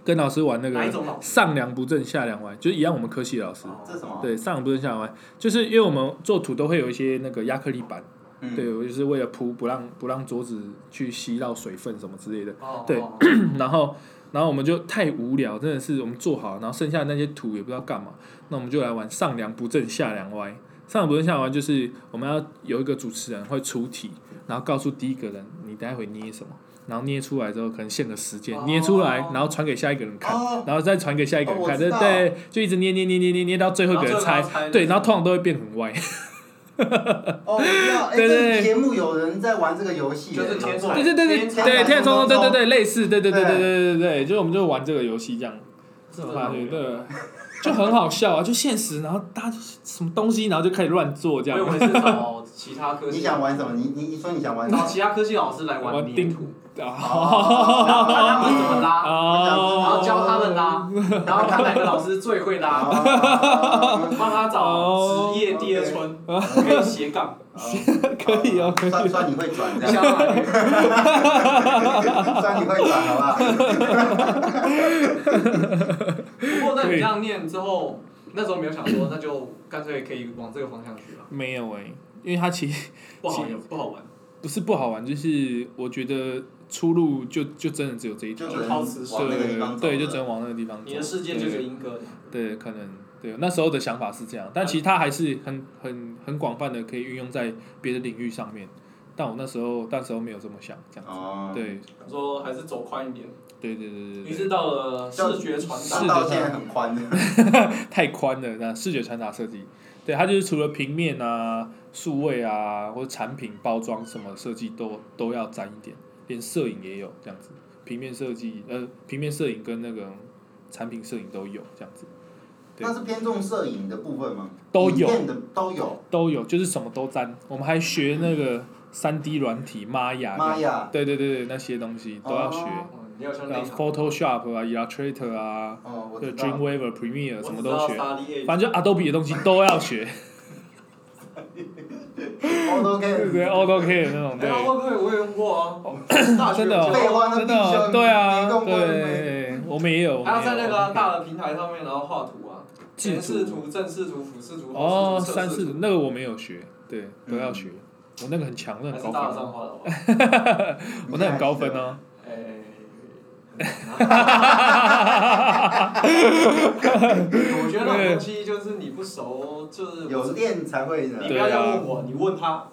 [SPEAKER 3] 跟老师玩那
[SPEAKER 2] 哪一
[SPEAKER 3] 个
[SPEAKER 2] 种老师？
[SPEAKER 3] 上梁不正下梁歪，就是一样我们科系老师。
[SPEAKER 1] 这什么？
[SPEAKER 3] 对，上梁不正下梁歪，就是因为我们做土都会有一些那个亚克力板，
[SPEAKER 1] 嗯，
[SPEAKER 3] 对我就是为了铺不让不让桌子去吸到水分什么之类的。
[SPEAKER 2] 哦，
[SPEAKER 3] 对
[SPEAKER 2] 哦，
[SPEAKER 3] 然后然后我们就太无聊，真的是我们做好，然后剩下的那些土也不知道干嘛，那我们就来玩上梁不正下梁歪。上梁不正下梁歪就是我们要有一个主持人会出题，然后告诉第一个人你待会捏什么，然后捏出来之后可能限个时间，
[SPEAKER 2] 哦
[SPEAKER 3] 捏出来然后传给下一个人看，
[SPEAKER 1] 哦
[SPEAKER 3] 然后再传给下一个人
[SPEAKER 1] 哦
[SPEAKER 3] 看，
[SPEAKER 1] 我知
[SPEAKER 3] 对
[SPEAKER 1] 道
[SPEAKER 3] 对，就一直捏捏捏捏捏捏到最后一个人猜
[SPEAKER 2] 然后最后一个人猜，
[SPEAKER 3] 对，然后通常都会变很歪，
[SPEAKER 1] 哦，我知道，哎，
[SPEAKER 3] 对对
[SPEAKER 1] 这个节目有人在玩这个游戏耶，哦
[SPEAKER 2] 就是天才
[SPEAKER 3] 对对对对
[SPEAKER 2] 天才
[SPEAKER 3] 对，天才冲冲，对对对，类似，对对对对
[SPEAKER 1] 对
[SPEAKER 3] 对对对，就是我们就玩这个游戏这样。
[SPEAKER 2] 这
[SPEAKER 3] 对对
[SPEAKER 2] 很无
[SPEAKER 3] 对，就很好笑啊，就现实，然后大家就是什么东西，然后就开始乱做这
[SPEAKER 2] 聊我以为
[SPEAKER 3] 样。
[SPEAKER 2] 是找其他科
[SPEAKER 1] 你
[SPEAKER 2] 系，
[SPEAKER 1] 想玩什么？你你你说你想玩什
[SPEAKER 2] 找
[SPEAKER 1] 么？
[SPEAKER 2] 其他科系老师来玩
[SPEAKER 3] 玩
[SPEAKER 2] 黏
[SPEAKER 3] 钉
[SPEAKER 2] 土，
[SPEAKER 1] 哦
[SPEAKER 2] 然后看他们怎么拉，
[SPEAKER 3] 哦，
[SPEAKER 2] 然后教他们拉，然后看哪个老师最会拉，
[SPEAKER 3] 哦
[SPEAKER 1] 哦
[SPEAKER 2] 帮他找职业第二春，可以斜杠，
[SPEAKER 3] 可以哦可
[SPEAKER 1] 哦
[SPEAKER 3] 以
[SPEAKER 1] 算算你会转 这
[SPEAKER 2] 相
[SPEAKER 1] 样，
[SPEAKER 2] 当 于
[SPEAKER 1] 算你会转好不好？
[SPEAKER 2] 不过那你这样念之后，那时候没有想说，那就干脆可以往这个方向去了，
[SPEAKER 3] 没有哎、因为它其实
[SPEAKER 2] 不好也不好玩，
[SPEAKER 3] 不是不好玩，就是我觉得出路就就真的只有这一条
[SPEAKER 1] 就
[SPEAKER 2] 只
[SPEAKER 1] 只
[SPEAKER 2] 能往那
[SPEAKER 1] 能往那个地方走。
[SPEAKER 3] 对对，就只能往那个地方走。
[SPEAKER 2] 你的世界就是英歌，
[SPEAKER 3] 对对，可能对那时候的想法是这样，但其实它还是很很很广泛的，可以运用在别的领域上面。但我那时候那时候没有这么想，这样子。
[SPEAKER 1] 哦，
[SPEAKER 3] 对
[SPEAKER 2] 说还是走宽一点，
[SPEAKER 3] 对对对
[SPEAKER 2] 于
[SPEAKER 3] 对
[SPEAKER 2] 是到了视觉传
[SPEAKER 1] 那
[SPEAKER 3] 是
[SPEAKER 2] 达，
[SPEAKER 1] 道现在很宽的，
[SPEAKER 3] 对，太宽了，那视觉传达设计，对它就是除了平面啊、数位啊，或者产品包装什么设计都都要沾一点，连摄影也有这样子，平面设计呃平面摄影跟那个产品摄影都有这样子，对
[SPEAKER 1] 那是偏重摄影的部分吗？
[SPEAKER 3] 都有
[SPEAKER 1] 影片的都有。
[SPEAKER 3] 都有就是什么都沾。我们还学那个三 D 软体玛雅，
[SPEAKER 1] 妈呀！
[SPEAKER 3] 对对对对，那些东西都要学，
[SPEAKER 1] 哦
[SPEAKER 2] 嗯你有像
[SPEAKER 3] 然
[SPEAKER 2] 那
[SPEAKER 3] 后 Photoshop 啊、Illustrator 啊、
[SPEAKER 1] 哦，我
[SPEAKER 3] 对
[SPEAKER 1] 知道。
[SPEAKER 3] Dreamweaver、Premiere 什么都学，
[SPEAKER 2] 学
[SPEAKER 3] 反正就 Adobe 的东西都要 学。
[SPEAKER 1] 我都可
[SPEAKER 3] 对
[SPEAKER 1] 以。
[SPEAKER 3] 对，AutoCAD 哦那种，对
[SPEAKER 2] 对，，我可以我也用过啊，大学
[SPEAKER 3] 真的哦
[SPEAKER 1] 废话，那
[SPEAKER 3] 真
[SPEAKER 1] 必
[SPEAKER 3] 的哦，
[SPEAKER 1] 修
[SPEAKER 3] 对啊
[SPEAKER 1] 你，用过了没？
[SPEAKER 3] 对，我们也有，哦
[SPEAKER 2] 还要在那个啊
[SPEAKER 3] 我们也有
[SPEAKER 2] 大的平台上面，然后画图啊，
[SPEAKER 3] 制
[SPEAKER 2] 前视
[SPEAKER 3] 图
[SPEAKER 2] 图、正视图、俯视图、
[SPEAKER 3] 哦，
[SPEAKER 2] 后视图、
[SPEAKER 3] 三
[SPEAKER 2] 侧视
[SPEAKER 3] 四
[SPEAKER 2] 图，
[SPEAKER 3] 那个我没有学，对，都要学，我那个很强，那
[SPEAKER 2] 嗯还
[SPEAKER 3] 很
[SPEAKER 2] 是
[SPEAKER 3] 高
[SPEAKER 2] 大的
[SPEAKER 3] 分，啊
[SPEAKER 2] 上画的吧？
[SPEAKER 3] 我那很高分哦，
[SPEAKER 2] 哎，很难啊我觉得那种东西就是你不熟，就是
[SPEAKER 1] 有练才会的
[SPEAKER 2] 你。不要要问我，你问他，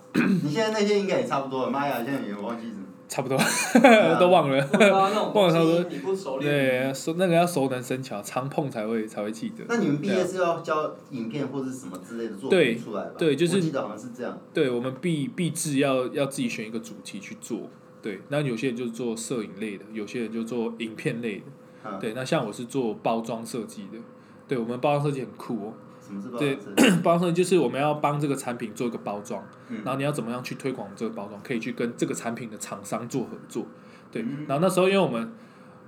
[SPEAKER 1] 你现在那些应该也差不多了。妈呀，现在也忘记什么。
[SPEAKER 3] 差不多
[SPEAKER 1] 对啊
[SPEAKER 3] 都忘了，
[SPEAKER 2] 问他那种
[SPEAKER 3] 不然他说
[SPEAKER 2] 东西你不熟练，
[SPEAKER 3] 对，熟那个要熟能生巧，常碰才会才会记得。
[SPEAKER 1] 那你们毕业是要教影片或是什么之类的作
[SPEAKER 3] 啊对
[SPEAKER 1] 品出来吧？
[SPEAKER 3] 对就是
[SPEAKER 1] 我记得好像是这样。
[SPEAKER 3] 对我们必必制要要自己选一个主题去做，对，那有些人就做摄影类的，有些人就做影片类的，
[SPEAKER 1] 嗯，
[SPEAKER 3] 对，那像我是做包装设计的，对我们包装设计很酷
[SPEAKER 1] 嗯
[SPEAKER 3] 哦，
[SPEAKER 1] 什么是吧？
[SPEAKER 3] 对
[SPEAKER 1] 是
[SPEAKER 3] 包装设计就是我们要帮这个产品做一个包装，
[SPEAKER 1] 嗯
[SPEAKER 3] 然后你要怎么样去推广这个包装，可以去跟这个产品的厂商做合作，对
[SPEAKER 1] 嗯，
[SPEAKER 3] 然后那时候因为我们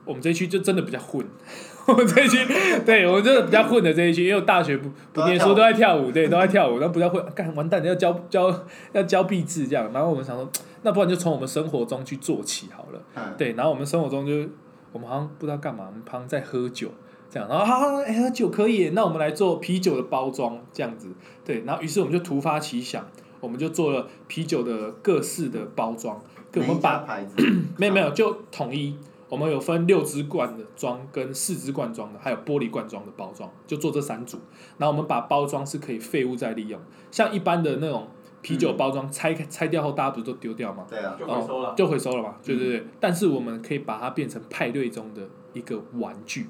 [SPEAKER 3] 我们这一区就真的比较混。 我们这一区，对我们真的比较混的这一区，因为我大学不不念书，都
[SPEAKER 1] 都
[SPEAKER 3] 在跳舞，对，都在跳舞，然后比较混，干完蛋，要教教要教壁纸这样，然后我们想说，那不然就从我们生活中去做起好了。
[SPEAKER 1] 嗯，
[SPEAKER 3] 对，然后我们生活中就我们好像不知道干嘛，我们好像在喝酒这样，然后啊、哎喝酒可以耶，那我们来做啤酒的包装这样子，对，然后于是我们就突发奇想，我们就做了啤酒的各式的包装，对，我
[SPEAKER 1] 每一
[SPEAKER 3] 们
[SPEAKER 1] 家
[SPEAKER 3] 把
[SPEAKER 1] 牌子
[SPEAKER 3] 没有没有就统一。我们有分六支罐的装跟四支罐装的，还有玻璃罐装的包装，就做这三组。然后我们把包装是可以废物再利用，像一般的那种啤酒包装拆开拆掉后，大家不是都丢掉吗？
[SPEAKER 1] 对啊，
[SPEAKER 2] 就回收了。
[SPEAKER 3] 就回收了嘛，对对对。但是我们可以把它变成派对中的一个玩具。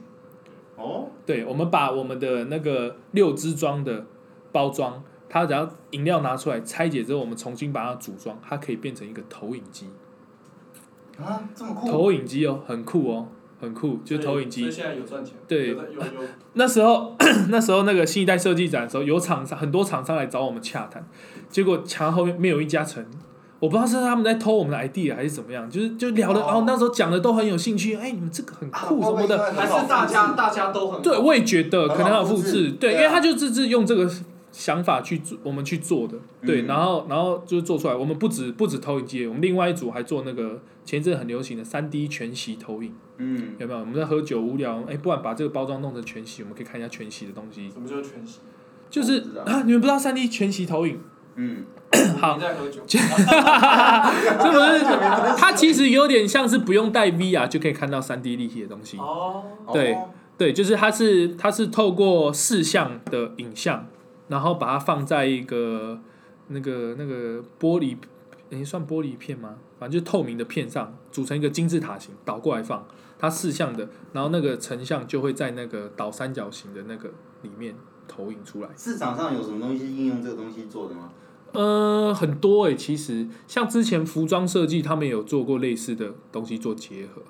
[SPEAKER 1] 哦，
[SPEAKER 3] 对，我们把我们的那个六支装的包装，它只要饮料拿出来拆解之后，我们重新把它组装，它可以变成一个投影机。
[SPEAKER 1] 啊，这么酷，
[SPEAKER 3] 投影机哦，很酷哦，很酷，就是投影
[SPEAKER 2] 所以
[SPEAKER 3] 机。
[SPEAKER 2] 现在有赚钱，
[SPEAKER 3] 对
[SPEAKER 2] 有有有
[SPEAKER 3] 那时候 那时候那个新一代设计展的时候，有厂商很多厂商来找我们洽谈，结果墙后面没有一家成。我不知道是他们在偷我们的 idea 还是怎么样，就是就聊的，
[SPEAKER 2] 哦
[SPEAKER 3] 哦，那时候讲的都很有兴趣，哎，你们这个很
[SPEAKER 1] 啊
[SPEAKER 3] 酷什么的，，
[SPEAKER 1] 会不会因为
[SPEAKER 2] 还
[SPEAKER 1] 很好
[SPEAKER 2] 是大
[SPEAKER 1] 复制
[SPEAKER 2] 家大家都很
[SPEAKER 3] 对，我也觉得可能要复
[SPEAKER 1] 很好复
[SPEAKER 3] 制，
[SPEAKER 1] 制
[SPEAKER 3] 对，因
[SPEAKER 1] 对啊
[SPEAKER 3] 为他就只是用这个想法去做，我们去做的，对，
[SPEAKER 4] 嗯
[SPEAKER 3] 然后然后就是做出来。我们不止不止投影机，我们另外一组还做那个前一阵很流行的三 D 全息投影，
[SPEAKER 4] 嗯，
[SPEAKER 3] 有没有？我们在喝酒无聊，哎，不然把这个包装弄成全息，我们可以看一下全息的东西。
[SPEAKER 2] 什么叫全 息？
[SPEAKER 3] 就是
[SPEAKER 4] 我不知道
[SPEAKER 3] 啊，你们不知道三 D 全息投影，
[SPEAKER 4] 嗯，
[SPEAKER 3] 好
[SPEAKER 2] 你在喝酒。
[SPEAKER 3] 这不是它其实有点像是不用带 VR 就可以看到三 D 立体的东西。
[SPEAKER 2] 哦，
[SPEAKER 3] 对
[SPEAKER 4] 哦
[SPEAKER 3] 对，就是它是它是透过视像的影像，然后把它放在一个那个那个玻璃，诶、算玻璃片吗？反正就透明的片上组成一个金字塔形，倒过来放，它视像的，然后那个成像就会在那个倒三角形的那个里面投影出来。
[SPEAKER 4] 市场上有什么东西应用这个东西做的吗？
[SPEAKER 3] 呃，很多诶、其实像之前服装设计，他们有做过类似的东西做结合，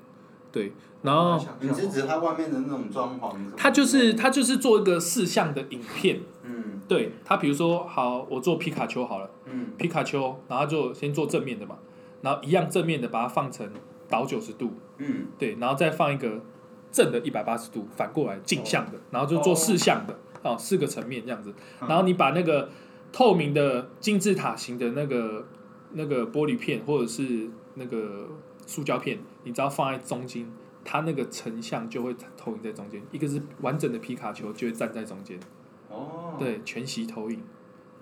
[SPEAKER 3] 对，然后。
[SPEAKER 4] 你是指它外面的那种装潢什么？
[SPEAKER 3] 它就是它就是做一个视像的影片，
[SPEAKER 4] 嗯
[SPEAKER 3] 对他，比如说好，我做皮卡丘好了，
[SPEAKER 4] 嗯
[SPEAKER 3] 皮卡丘，然后就先做正面的嘛，然后一样正面的把它放成倒九十度，
[SPEAKER 4] 嗯
[SPEAKER 3] 对，然后再放一个正的一百八十度，反过来镜像
[SPEAKER 4] 哦
[SPEAKER 3] 的，然后就做四项的，哦，四个层面这样子，
[SPEAKER 4] 嗯
[SPEAKER 3] 然后你把那个透明的金字塔形的那个那个玻璃片或者是那个塑胶片，你只要放在中间。它那个成像就会投影在中间，一个是完整的皮卡丘就会站在中间，
[SPEAKER 4] 哦，
[SPEAKER 3] 对，全息投影，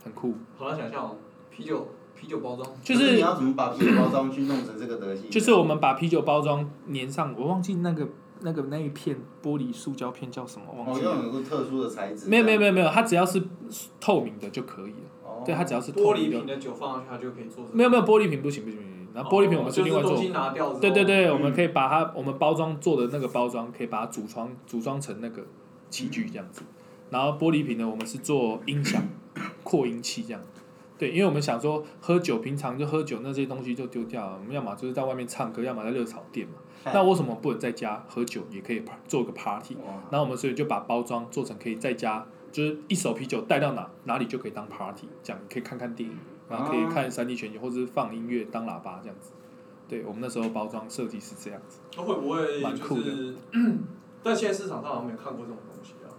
[SPEAKER 3] 很酷。
[SPEAKER 2] 好难想象哦，啤酒啤酒包装，
[SPEAKER 3] 就
[SPEAKER 4] 可哦你
[SPEAKER 3] 是
[SPEAKER 4] 要怎么把啤酒包装去弄成这个德性？
[SPEAKER 3] 就是我们把啤酒包装粘上，我忘记那个那个那一片玻璃塑胶片叫什么，忘
[SPEAKER 4] 哦，
[SPEAKER 3] 记
[SPEAKER 4] 用
[SPEAKER 3] 了。
[SPEAKER 4] 有个特殊的材质。
[SPEAKER 3] 没有没有没有没有，它只要是透明的就可以了。
[SPEAKER 4] 哦
[SPEAKER 3] 对，它只要是透
[SPEAKER 2] 玻璃
[SPEAKER 3] 明
[SPEAKER 2] 瓶
[SPEAKER 3] 的，
[SPEAKER 2] 的酒放上去，它就可以做成。
[SPEAKER 3] 没有没有玻璃瓶不行不行不行，然后玻璃瓶我们
[SPEAKER 2] 是
[SPEAKER 3] 另外
[SPEAKER 2] 哦就是
[SPEAKER 3] 做
[SPEAKER 2] 东。西拿掉之后，
[SPEAKER 3] 对对对，
[SPEAKER 4] 嗯
[SPEAKER 3] 我们可以把它我们包装做的那个包装，可以把它组装组装成那个器具这样子。然后玻璃瓶呢，我们是做音响扩音器这样。对，因为我们想说喝酒，平常就喝酒那些东西就丢掉了，我们要么就是在外面唱歌，要么在热炒店嘛。那为什么不能在家喝酒也可以 par- 做个 party？
[SPEAKER 4] 哇，
[SPEAKER 3] 然后我们所以就把包装做成可以在家，就是一手啤酒带到哪哪里就可以当 party，这样可以看看电影，然后可以
[SPEAKER 4] 啊
[SPEAKER 3] 看三 D 全景，或者是放音乐当喇叭这样子。对我们那时候包装设计是这样子，
[SPEAKER 2] 它会不会
[SPEAKER 3] 蛮酷
[SPEAKER 2] 就
[SPEAKER 3] 的
[SPEAKER 2] 是？ 但现在市场上好像没有看过这种东西啊。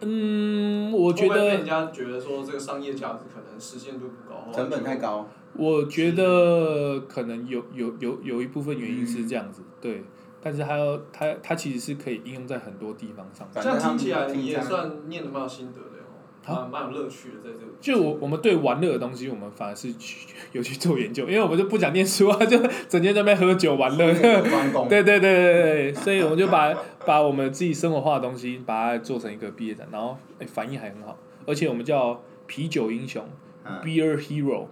[SPEAKER 3] 嗯，我觉
[SPEAKER 2] 会不会被
[SPEAKER 3] 得
[SPEAKER 2] 人家觉得说这个商业价值可能实现度不高，
[SPEAKER 4] 哦成本太
[SPEAKER 2] 高。
[SPEAKER 4] 高。
[SPEAKER 3] 我觉得可能有有有有一部分原因是这样子，对，但是它要它它其实是可以应用在很多地方上。
[SPEAKER 4] 反
[SPEAKER 2] 这样
[SPEAKER 4] 正他
[SPEAKER 2] 听
[SPEAKER 4] 们
[SPEAKER 2] 起来你也
[SPEAKER 4] 听上
[SPEAKER 2] 算念的蛮有心得的哦，蛮蛮有乐趣的在这个。
[SPEAKER 3] 就我我们对玩乐的东西，我们反而是去有去做研究，因为我们就不想念书啊，就整天在那边喝酒玩乐。
[SPEAKER 4] 那个关公，
[SPEAKER 3] 对对对对对，所以我们就把把我们自己生活化的东西，把它做成一个毕业展，然后哎、反应还很好，而且我们叫啤酒英雄
[SPEAKER 4] 嗯
[SPEAKER 3] （Beer Hero），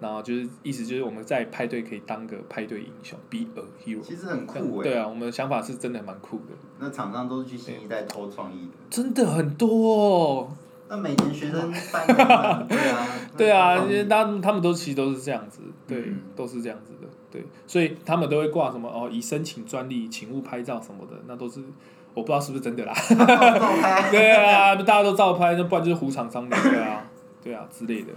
[SPEAKER 3] 然后就是意思就是我们在派对可以当个派对英雄 （Be a Hero）
[SPEAKER 4] 其实很
[SPEAKER 3] 这样。
[SPEAKER 4] 酷哎。
[SPEAKER 3] 对啊，我们的想法是真的蛮酷的，
[SPEAKER 4] 那厂商都是去新一代偷创意的。
[SPEAKER 3] 真的很多哦。，
[SPEAKER 4] 那每年学生办一办，对啊
[SPEAKER 3] 对啊，
[SPEAKER 4] 那
[SPEAKER 3] 因为他们他们都其实都是这样子，对，
[SPEAKER 4] 嗯
[SPEAKER 3] 都是这样子的，对，所以他们都会挂什么哦，已申请专利，请勿拍照什么的，那都是我不知道是不是真 的啦。对啊，大家都照拍，那不然就是胡厂商的，对啊，对啊之类的，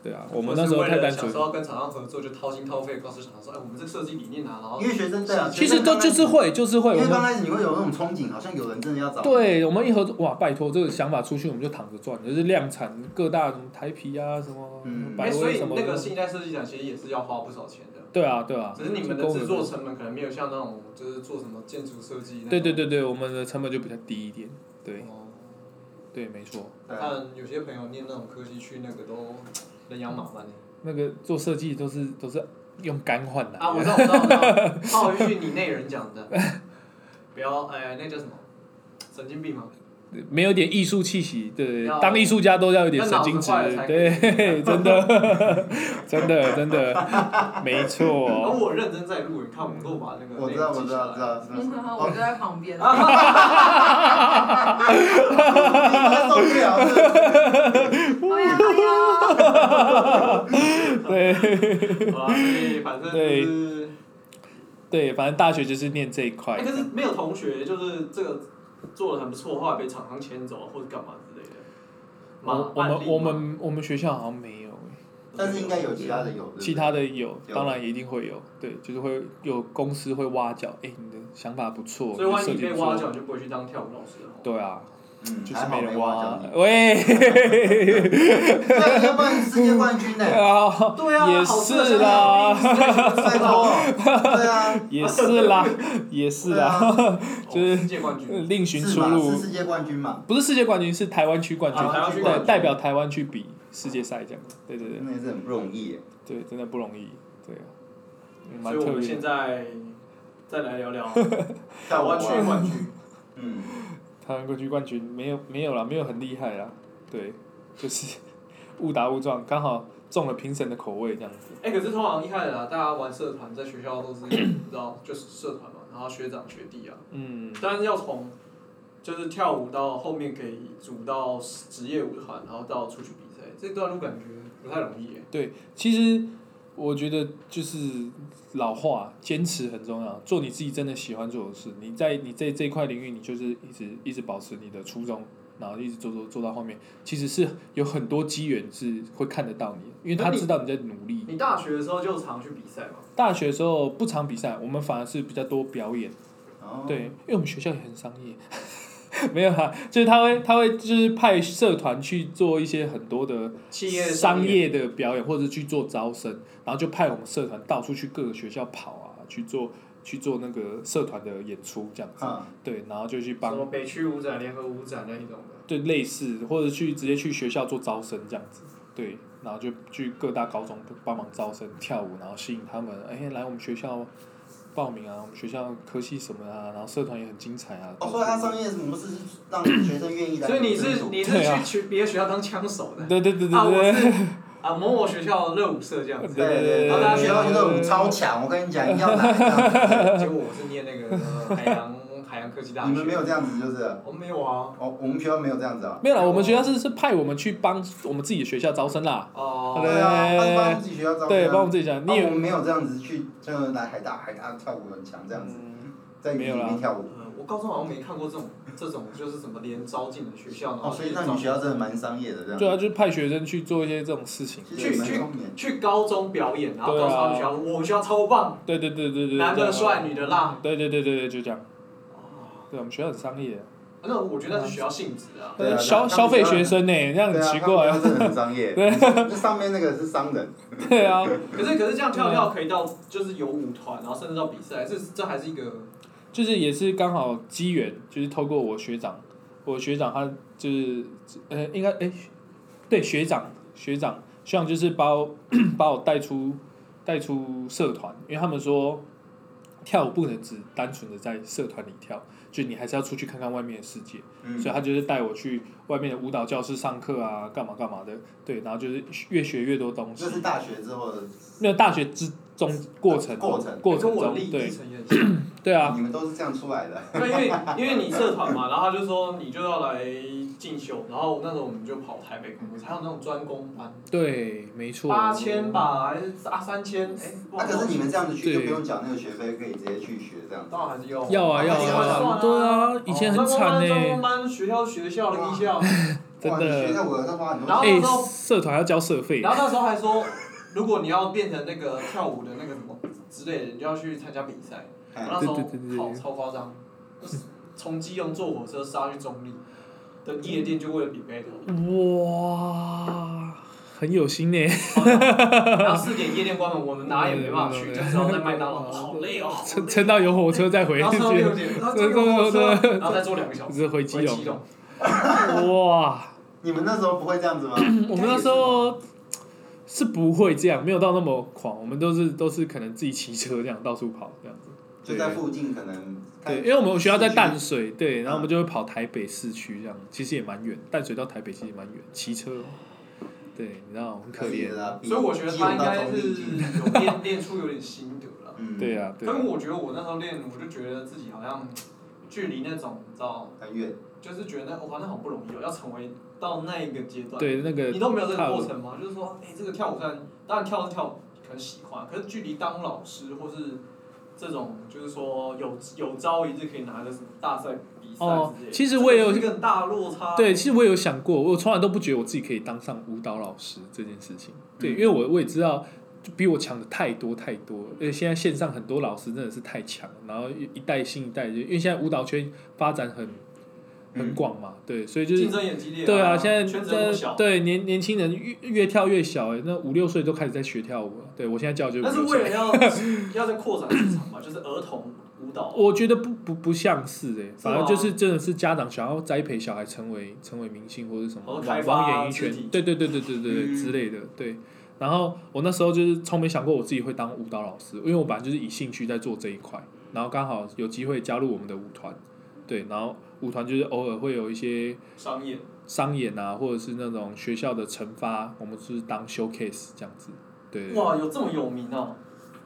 [SPEAKER 3] 对啊，我们那时候太单
[SPEAKER 2] 或
[SPEAKER 3] 纯
[SPEAKER 2] 是为了想，说要跟厂商合作，就掏心掏肺告诉厂商说，哎，我们这设计理念啊，然后
[SPEAKER 4] 因为学生对啊，
[SPEAKER 3] 其实都就是会就是会，
[SPEAKER 4] 因
[SPEAKER 3] 我
[SPEAKER 4] 为刚
[SPEAKER 3] 们
[SPEAKER 4] 开始你会有那种憧憬，好像有人真的要找。
[SPEAKER 3] 对我们一合作，哇，拜托这个想法出去，我们就躺着赚，就是量产各大什么台皮啊什么
[SPEAKER 4] 嗯，
[SPEAKER 3] 百
[SPEAKER 2] 哎，所
[SPEAKER 3] 威
[SPEAKER 2] 以
[SPEAKER 3] 什么
[SPEAKER 2] 那个
[SPEAKER 3] 的，
[SPEAKER 2] 新一代设计展其实也是要花不少钱的，
[SPEAKER 3] 对啊对啊，
[SPEAKER 2] 只是你们的
[SPEAKER 3] 就跟我
[SPEAKER 2] 制作成本可能没有像那种就是做什么建筑设计那种。
[SPEAKER 3] 对对对对，我们的成本就比较低一点。对
[SPEAKER 2] 哦。
[SPEAKER 3] 对，没错。
[SPEAKER 4] 对啊，
[SPEAKER 2] 但有些朋友念那种科技去那个 都人仰马翻的。
[SPEAKER 3] 那个做设计都是都是用肝换来的。
[SPEAKER 2] 啊，我知道，我知道，我知道。套一句你内人讲的， 不要哎，那叫什么？神经病吗？
[SPEAKER 3] 没有点艺术气息，对对
[SPEAKER 2] 要
[SPEAKER 3] 对，当艺术家都要有点神经质
[SPEAKER 2] 要脑子坏了才，可以
[SPEAKER 3] 对， 真的， 真的，真的，没
[SPEAKER 2] 然
[SPEAKER 3] 错
[SPEAKER 2] 哦后。我认真在录，你看我都把那个
[SPEAKER 4] 我知道，我知道，知道，知哦道。
[SPEAKER 5] 我就在旁边。
[SPEAKER 4] 受不了，是不是
[SPEAKER 5] 哎呀哎
[SPEAKER 3] 对
[SPEAKER 5] 呀！
[SPEAKER 2] 记下来。啊，所以反正就是，
[SPEAKER 3] 对，反正大学就是念这一块
[SPEAKER 2] 哎，。可是没有同学就是这个做的很不错，后来被厂商牵走啊或者干嘛之类的。
[SPEAKER 3] 我我们我们我们学校好像没有，欸
[SPEAKER 4] 但是应该有其他的有。对不对
[SPEAKER 3] 其他的有，
[SPEAKER 4] 有
[SPEAKER 3] 当然一定会有，对，就是会有公司会挖角，哎，你的想法不错，
[SPEAKER 2] 所以万一
[SPEAKER 3] 设
[SPEAKER 2] 你
[SPEAKER 3] 计
[SPEAKER 2] 被
[SPEAKER 3] 不
[SPEAKER 2] 挖
[SPEAKER 3] 错，
[SPEAKER 2] 角，就不会去当跳舞老师了。
[SPEAKER 3] 对啊，
[SPEAKER 4] 嗯，
[SPEAKER 3] 就是
[SPEAKER 4] 还好
[SPEAKER 3] 人
[SPEAKER 4] 没
[SPEAKER 3] 挖
[SPEAKER 4] 挖角。
[SPEAKER 3] 喂，
[SPEAKER 4] 你，那你要不然世界冠军呢？
[SPEAKER 3] 啊，
[SPEAKER 2] 对啊，
[SPEAKER 3] 也
[SPEAKER 2] 好
[SPEAKER 3] 是
[SPEAKER 2] 色
[SPEAKER 3] 啦
[SPEAKER 2] 香槟
[SPEAKER 4] 拜托，对啊，
[SPEAKER 3] 也 是啦，也是
[SPEAKER 4] 对
[SPEAKER 3] 啦，
[SPEAKER 4] 啊，
[SPEAKER 3] 就是
[SPEAKER 2] 哦 世界冠军，
[SPEAKER 3] 另寻
[SPEAKER 4] 是
[SPEAKER 3] 出
[SPEAKER 4] 嘛？
[SPEAKER 3] 路
[SPEAKER 4] 是。世界冠军嘛？
[SPEAKER 3] 不是世界冠军，是台湾区冠军，
[SPEAKER 2] 啊台湾区冠
[SPEAKER 3] 对，
[SPEAKER 2] 军
[SPEAKER 3] 代表台湾去比世界赛这样。对对对
[SPEAKER 4] 嗯那也是很不容易耶。
[SPEAKER 3] 对，真的不容易，对，嗯
[SPEAKER 2] 所
[SPEAKER 3] 蛮
[SPEAKER 2] 以我
[SPEAKER 3] 特
[SPEAKER 2] 们
[SPEAKER 3] 别
[SPEAKER 2] 现
[SPEAKER 3] 的。
[SPEAKER 2] 在再来聊 聊台
[SPEAKER 4] 在我
[SPEAKER 2] 湾区
[SPEAKER 4] 啊，
[SPEAKER 2] 冠军。
[SPEAKER 4] 嗯，
[SPEAKER 3] 台湾国际冠军没有没有啦，没有很厉害啦，对，就是 误打误撞，刚好中了评审的口味这样子。
[SPEAKER 2] 哎、可是通常一开始啊，大家玩社团，在学校都是你知道，就是社团嘛，然后学长学弟啊，
[SPEAKER 3] 嗯，
[SPEAKER 2] 但是要从就是跳舞到后面可以组到职业舞团，然后到出去比赛，这段路感觉不太容易耶。
[SPEAKER 3] 对，其实我觉得就是老话，坚持很重要，做你自己真的喜欢做的事。你在你在这一块领域，你就是一直一直保持你的初衷，然后一直做做做到后面，其实是有很多机缘是会看得到你的，因为
[SPEAKER 2] 那
[SPEAKER 3] 他
[SPEAKER 2] 你
[SPEAKER 3] 知道你在努
[SPEAKER 4] 嗯
[SPEAKER 3] 力。
[SPEAKER 2] 你大学的时候就常去比赛嘛？
[SPEAKER 3] 大学的时候不常比赛，我们反而是比较多表演。
[SPEAKER 4] 哦，
[SPEAKER 3] 对，因为我们学校也很商业， 没有啦，就是他会他会就是派社团去做一些很多的
[SPEAKER 2] 企业
[SPEAKER 3] 商业的表演，或者去做招生，然后就派我们社团到处去各个学校跑啊，去做去做那个社团的演出这样子，
[SPEAKER 4] 嗯，
[SPEAKER 3] 对，然后就去
[SPEAKER 2] 什
[SPEAKER 3] 帮
[SPEAKER 2] 么北区舞展、联合舞展那一种的。
[SPEAKER 3] 对类似或者去直接去学校做招生这样子，对，然后就去各大高中帮忙招生跳舞，然后吸引他们哎来我们学校报名啊，我们学校科系什么啊，然后社团也很精彩啊。
[SPEAKER 4] 哦，所以他商业模式是让学生愿意来。
[SPEAKER 2] 所以你是你是
[SPEAKER 3] 对啊
[SPEAKER 2] 去去别的学校当枪手的
[SPEAKER 3] 对对对对
[SPEAKER 2] 啊？我
[SPEAKER 3] 对。
[SPEAKER 2] 是啊某某学校的热舞社这样子，
[SPEAKER 4] 对对对，
[SPEAKER 2] 然后大家
[SPEAKER 4] 学
[SPEAKER 2] 学
[SPEAKER 4] 校
[SPEAKER 2] 到
[SPEAKER 4] 觉
[SPEAKER 2] 就
[SPEAKER 4] 得
[SPEAKER 2] 是
[SPEAKER 4] 我们超 强，我跟你讲，一定要来这样子。
[SPEAKER 2] 结果我是念那个呃海洋海洋科技大学。
[SPEAKER 4] 你们没有这样子就是了，
[SPEAKER 2] 我没有啊。
[SPEAKER 4] 哦，我们学校没有这样子啊。
[SPEAKER 3] 没有啦，我们学校是是派我们去帮我们自己的学校招生啦。
[SPEAKER 2] 哦、
[SPEAKER 3] 对
[SPEAKER 4] 对啊，帮帮自己学校招生啊。
[SPEAKER 3] 对，帮我们自己讲，你
[SPEAKER 4] 啊我
[SPEAKER 3] 有
[SPEAKER 4] 们没有这样子去，就是来海大，海大跳舞很强这样子，在雨
[SPEAKER 3] 嗯没有
[SPEAKER 4] 里
[SPEAKER 3] 啦
[SPEAKER 4] 面跳舞。
[SPEAKER 2] 呃我高中好像没看过这种这种就是什么连招进的学校，然
[SPEAKER 4] 哦，
[SPEAKER 2] 后
[SPEAKER 4] 所以那你们学校真的蛮商业的这样。
[SPEAKER 3] 对啊，就是派学生去做一些这种事情。
[SPEAKER 4] 其实也蛮
[SPEAKER 2] 去
[SPEAKER 4] 聪明的。
[SPEAKER 2] 去高中表演，然后
[SPEAKER 3] 对啊
[SPEAKER 2] 告诉他们学校，我们学校超棒，
[SPEAKER 3] 对对对对对。
[SPEAKER 2] 男的帅，
[SPEAKER 3] 对
[SPEAKER 2] 女的辣。啊
[SPEAKER 3] 对对对对对，就这样。
[SPEAKER 2] 哦
[SPEAKER 3] 对，我们学校很商业，啊
[SPEAKER 2] 那我觉得那是学校性质啊。
[SPEAKER 4] 对啊
[SPEAKER 3] 消
[SPEAKER 4] 他们
[SPEAKER 3] 消费学生呢，这样
[SPEAKER 4] 对
[SPEAKER 3] 很
[SPEAKER 4] 啊，
[SPEAKER 3] 奇怪
[SPEAKER 4] 他。们真的很商业。 嗯
[SPEAKER 3] 对
[SPEAKER 4] 这上面那个是商人，
[SPEAKER 3] 对啊，
[SPEAKER 2] 可是可是这样跳跳可以到就是有舞团，然后甚至到比赛，这这还是一个
[SPEAKER 3] 就是也是刚好机缘，就是透过我学长，我学长他就是呃，应该哎、对学长学长学长就是把我 把我带出带出社团，因为他们说跳舞不能只单纯的在社团里跳，就你还是要出去看看外面的世界，
[SPEAKER 4] 嗯
[SPEAKER 3] 所以他就是啊带我去外面的舞蹈教室上课啊，干嘛干嘛的，对，然后就是越学越多东西
[SPEAKER 4] 这。是大学之后的，
[SPEAKER 3] 那大学之中
[SPEAKER 2] 呃
[SPEAKER 3] 过程
[SPEAKER 4] 过程
[SPEAKER 3] 过
[SPEAKER 2] 哎跟
[SPEAKER 3] 程
[SPEAKER 2] 我
[SPEAKER 3] 中
[SPEAKER 2] 的历历
[SPEAKER 3] 对
[SPEAKER 2] 程也很像。
[SPEAKER 3] 对啊，
[SPEAKER 4] 你们都是这样出来的。
[SPEAKER 2] 对，因为因为你社团嘛，然后他就说你就要来进修，然后那时候我们就跑台北工作，还有那种专攻班，
[SPEAKER 3] 对，没错。
[SPEAKER 2] 八千吧，还是啊三千？哎，
[SPEAKER 4] 那可是你们这样子去就
[SPEAKER 3] 对
[SPEAKER 4] 不用缴那个学费，可以直接去学这样子。
[SPEAKER 2] 当然还是要
[SPEAKER 3] 要啊要啊，对啊，以前很惨呢、哎
[SPEAKER 2] 专攻班学校学校的艺校，
[SPEAKER 3] 真
[SPEAKER 4] 哇，
[SPEAKER 3] 的
[SPEAKER 4] 你学校我要花很
[SPEAKER 2] 然
[SPEAKER 4] 多
[SPEAKER 2] 后
[SPEAKER 4] 钱。
[SPEAKER 2] 那
[SPEAKER 3] 哎、
[SPEAKER 2] 时候
[SPEAKER 3] 社团要交社费
[SPEAKER 2] 然，后那时候还说，如果你要变成那个跳舞的那个什么之类的，你就要去参加比赛。
[SPEAKER 4] 哎
[SPEAKER 2] 那时候
[SPEAKER 3] 对对对对对
[SPEAKER 2] 好超夸张，就是从基隆坐火车杀去中立的夜店，就为了比 battle，
[SPEAKER 3] 哇，很有心呢、
[SPEAKER 2] 然后四点夜店关门，我们哪也没办法去，就只好在麦当劳，好累哦，好累
[SPEAKER 3] 撑撑到有火车再回
[SPEAKER 2] 然后
[SPEAKER 3] 去
[SPEAKER 2] 撑，到六点，然后坐火车，然后再坐两个小时
[SPEAKER 3] 是回基
[SPEAKER 2] 回
[SPEAKER 3] 隆
[SPEAKER 2] 基。隆。
[SPEAKER 3] 哇，
[SPEAKER 4] 你们那时候不会这样子 吗？
[SPEAKER 3] 我们那时候是不会这样，没有到那么狂，我们都是都是可能自己骑车这样到处跑这样子。
[SPEAKER 4] 就在附近可能。
[SPEAKER 3] 对，因为我们学校在淡水，对，然后我们就会跑台北市区这样，其实也蛮远，淡水到台北其实也蛮远，骑车。哦对，你知道很可怜。
[SPEAKER 4] 啊。比
[SPEAKER 2] 所以我觉得他应该是
[SPEAKER 4] 基隆到中立
[SPEAKER 2] 有练 练出有点心得了。
[SPEAKER 4] 嗯，
[SPEAKER 3] 对啊，对啊
[SPEAKER 2] 但我觉得我那时候练，我就觉得自己好像距离那种你知道，
[SPEAKER 4] 很远。
[SPEAKER 2] 就是觉得我好像好不容易哦，要成为到那一个阶段。
[SPEAKER 3] 对那个
[SPEAKER 2] 你都没有这个
[SPEAKER 3] 踏舞
[SPEAKER 2] 过程吗？就是说，哎、这个跳舞虽然当然跳是跳，可能喜欢，可是距离当老师或是这种，就是说有有朝一日可以拿个什么大赛比赛
[SPEAKER 3] 哦
[SPEAKER 2] 之类的，
[SPEAKER 3] 其实我也有
[SPEAKER 2] 这个是一个很大的落差。
[SPEAKER 3] 对，其实我有想过，我从来都不觉得我自己可以当上舞蹈老师这件事情。对，因为我我也知道，就比我强的太多太多了，而且现在线上很多老师真的是太强了，然后一一代新一代，就因为现在舞蹈圈发展很很广嘛，对，所以就是
[SPEAKER 2] 竞争也激烈、
[SPEAKER 3] 对啊，
[SPEAKER 2] 啊，
[SPEAKER 3] 现在
[SPEAKER 2] 圈子又不
[SPEAKER 3] 在
[SPEAKER 2] 小。
[SPEAKER 3] 对年年轻人越越跳越小、欸，那五六岁都开始在学跳舞了。对我现在教就是五
[SPEAKER 2] 但是
[SPEAKER 3] 六
[SPEAKER 2] 为了
[SPEAKER 3] 岁，
[SPEAKER 2] 要 要再扩展市场嘛，就是儿童舞蹈，
[SPEAKER 3] 我觉得不不不像是哎、欸，反而
[SPEAKER 2] 吗
[SPEAKER 3] 就是真的是家长想要栽培小孩成为成为明星或者什么
[SPEAKER 2] 哦
[SPEAKER 3] 网
[SPEAKER 2] 开
[SPEAKER 3] 网
[SPEAKER 2] 发
[SPEAKER 3] 演艺
[SPEAKER 2] 自
[SPEAKER 3] 圈
[SPEAKER 2] 己，
[SPEAKER 3] 对对对对对对对
[SPEAKER 2] 嗯
[SPEAKER 3] 之类的，对。然后我那时候就是从没想过我自己会当舞蹈老师，因为我本来就是以兴趣在做这一块，然后刚好有机会加入我们的舞团，对，然后舞团就是偶尔会有一些
[SPEAKER 2] 商业
[SPEAKER 3] 商演啊，或者是那种学校的惩罚，我们就是当 showcase 这样子。对，
[SPEAKER 2] 哇，有这么有名哦、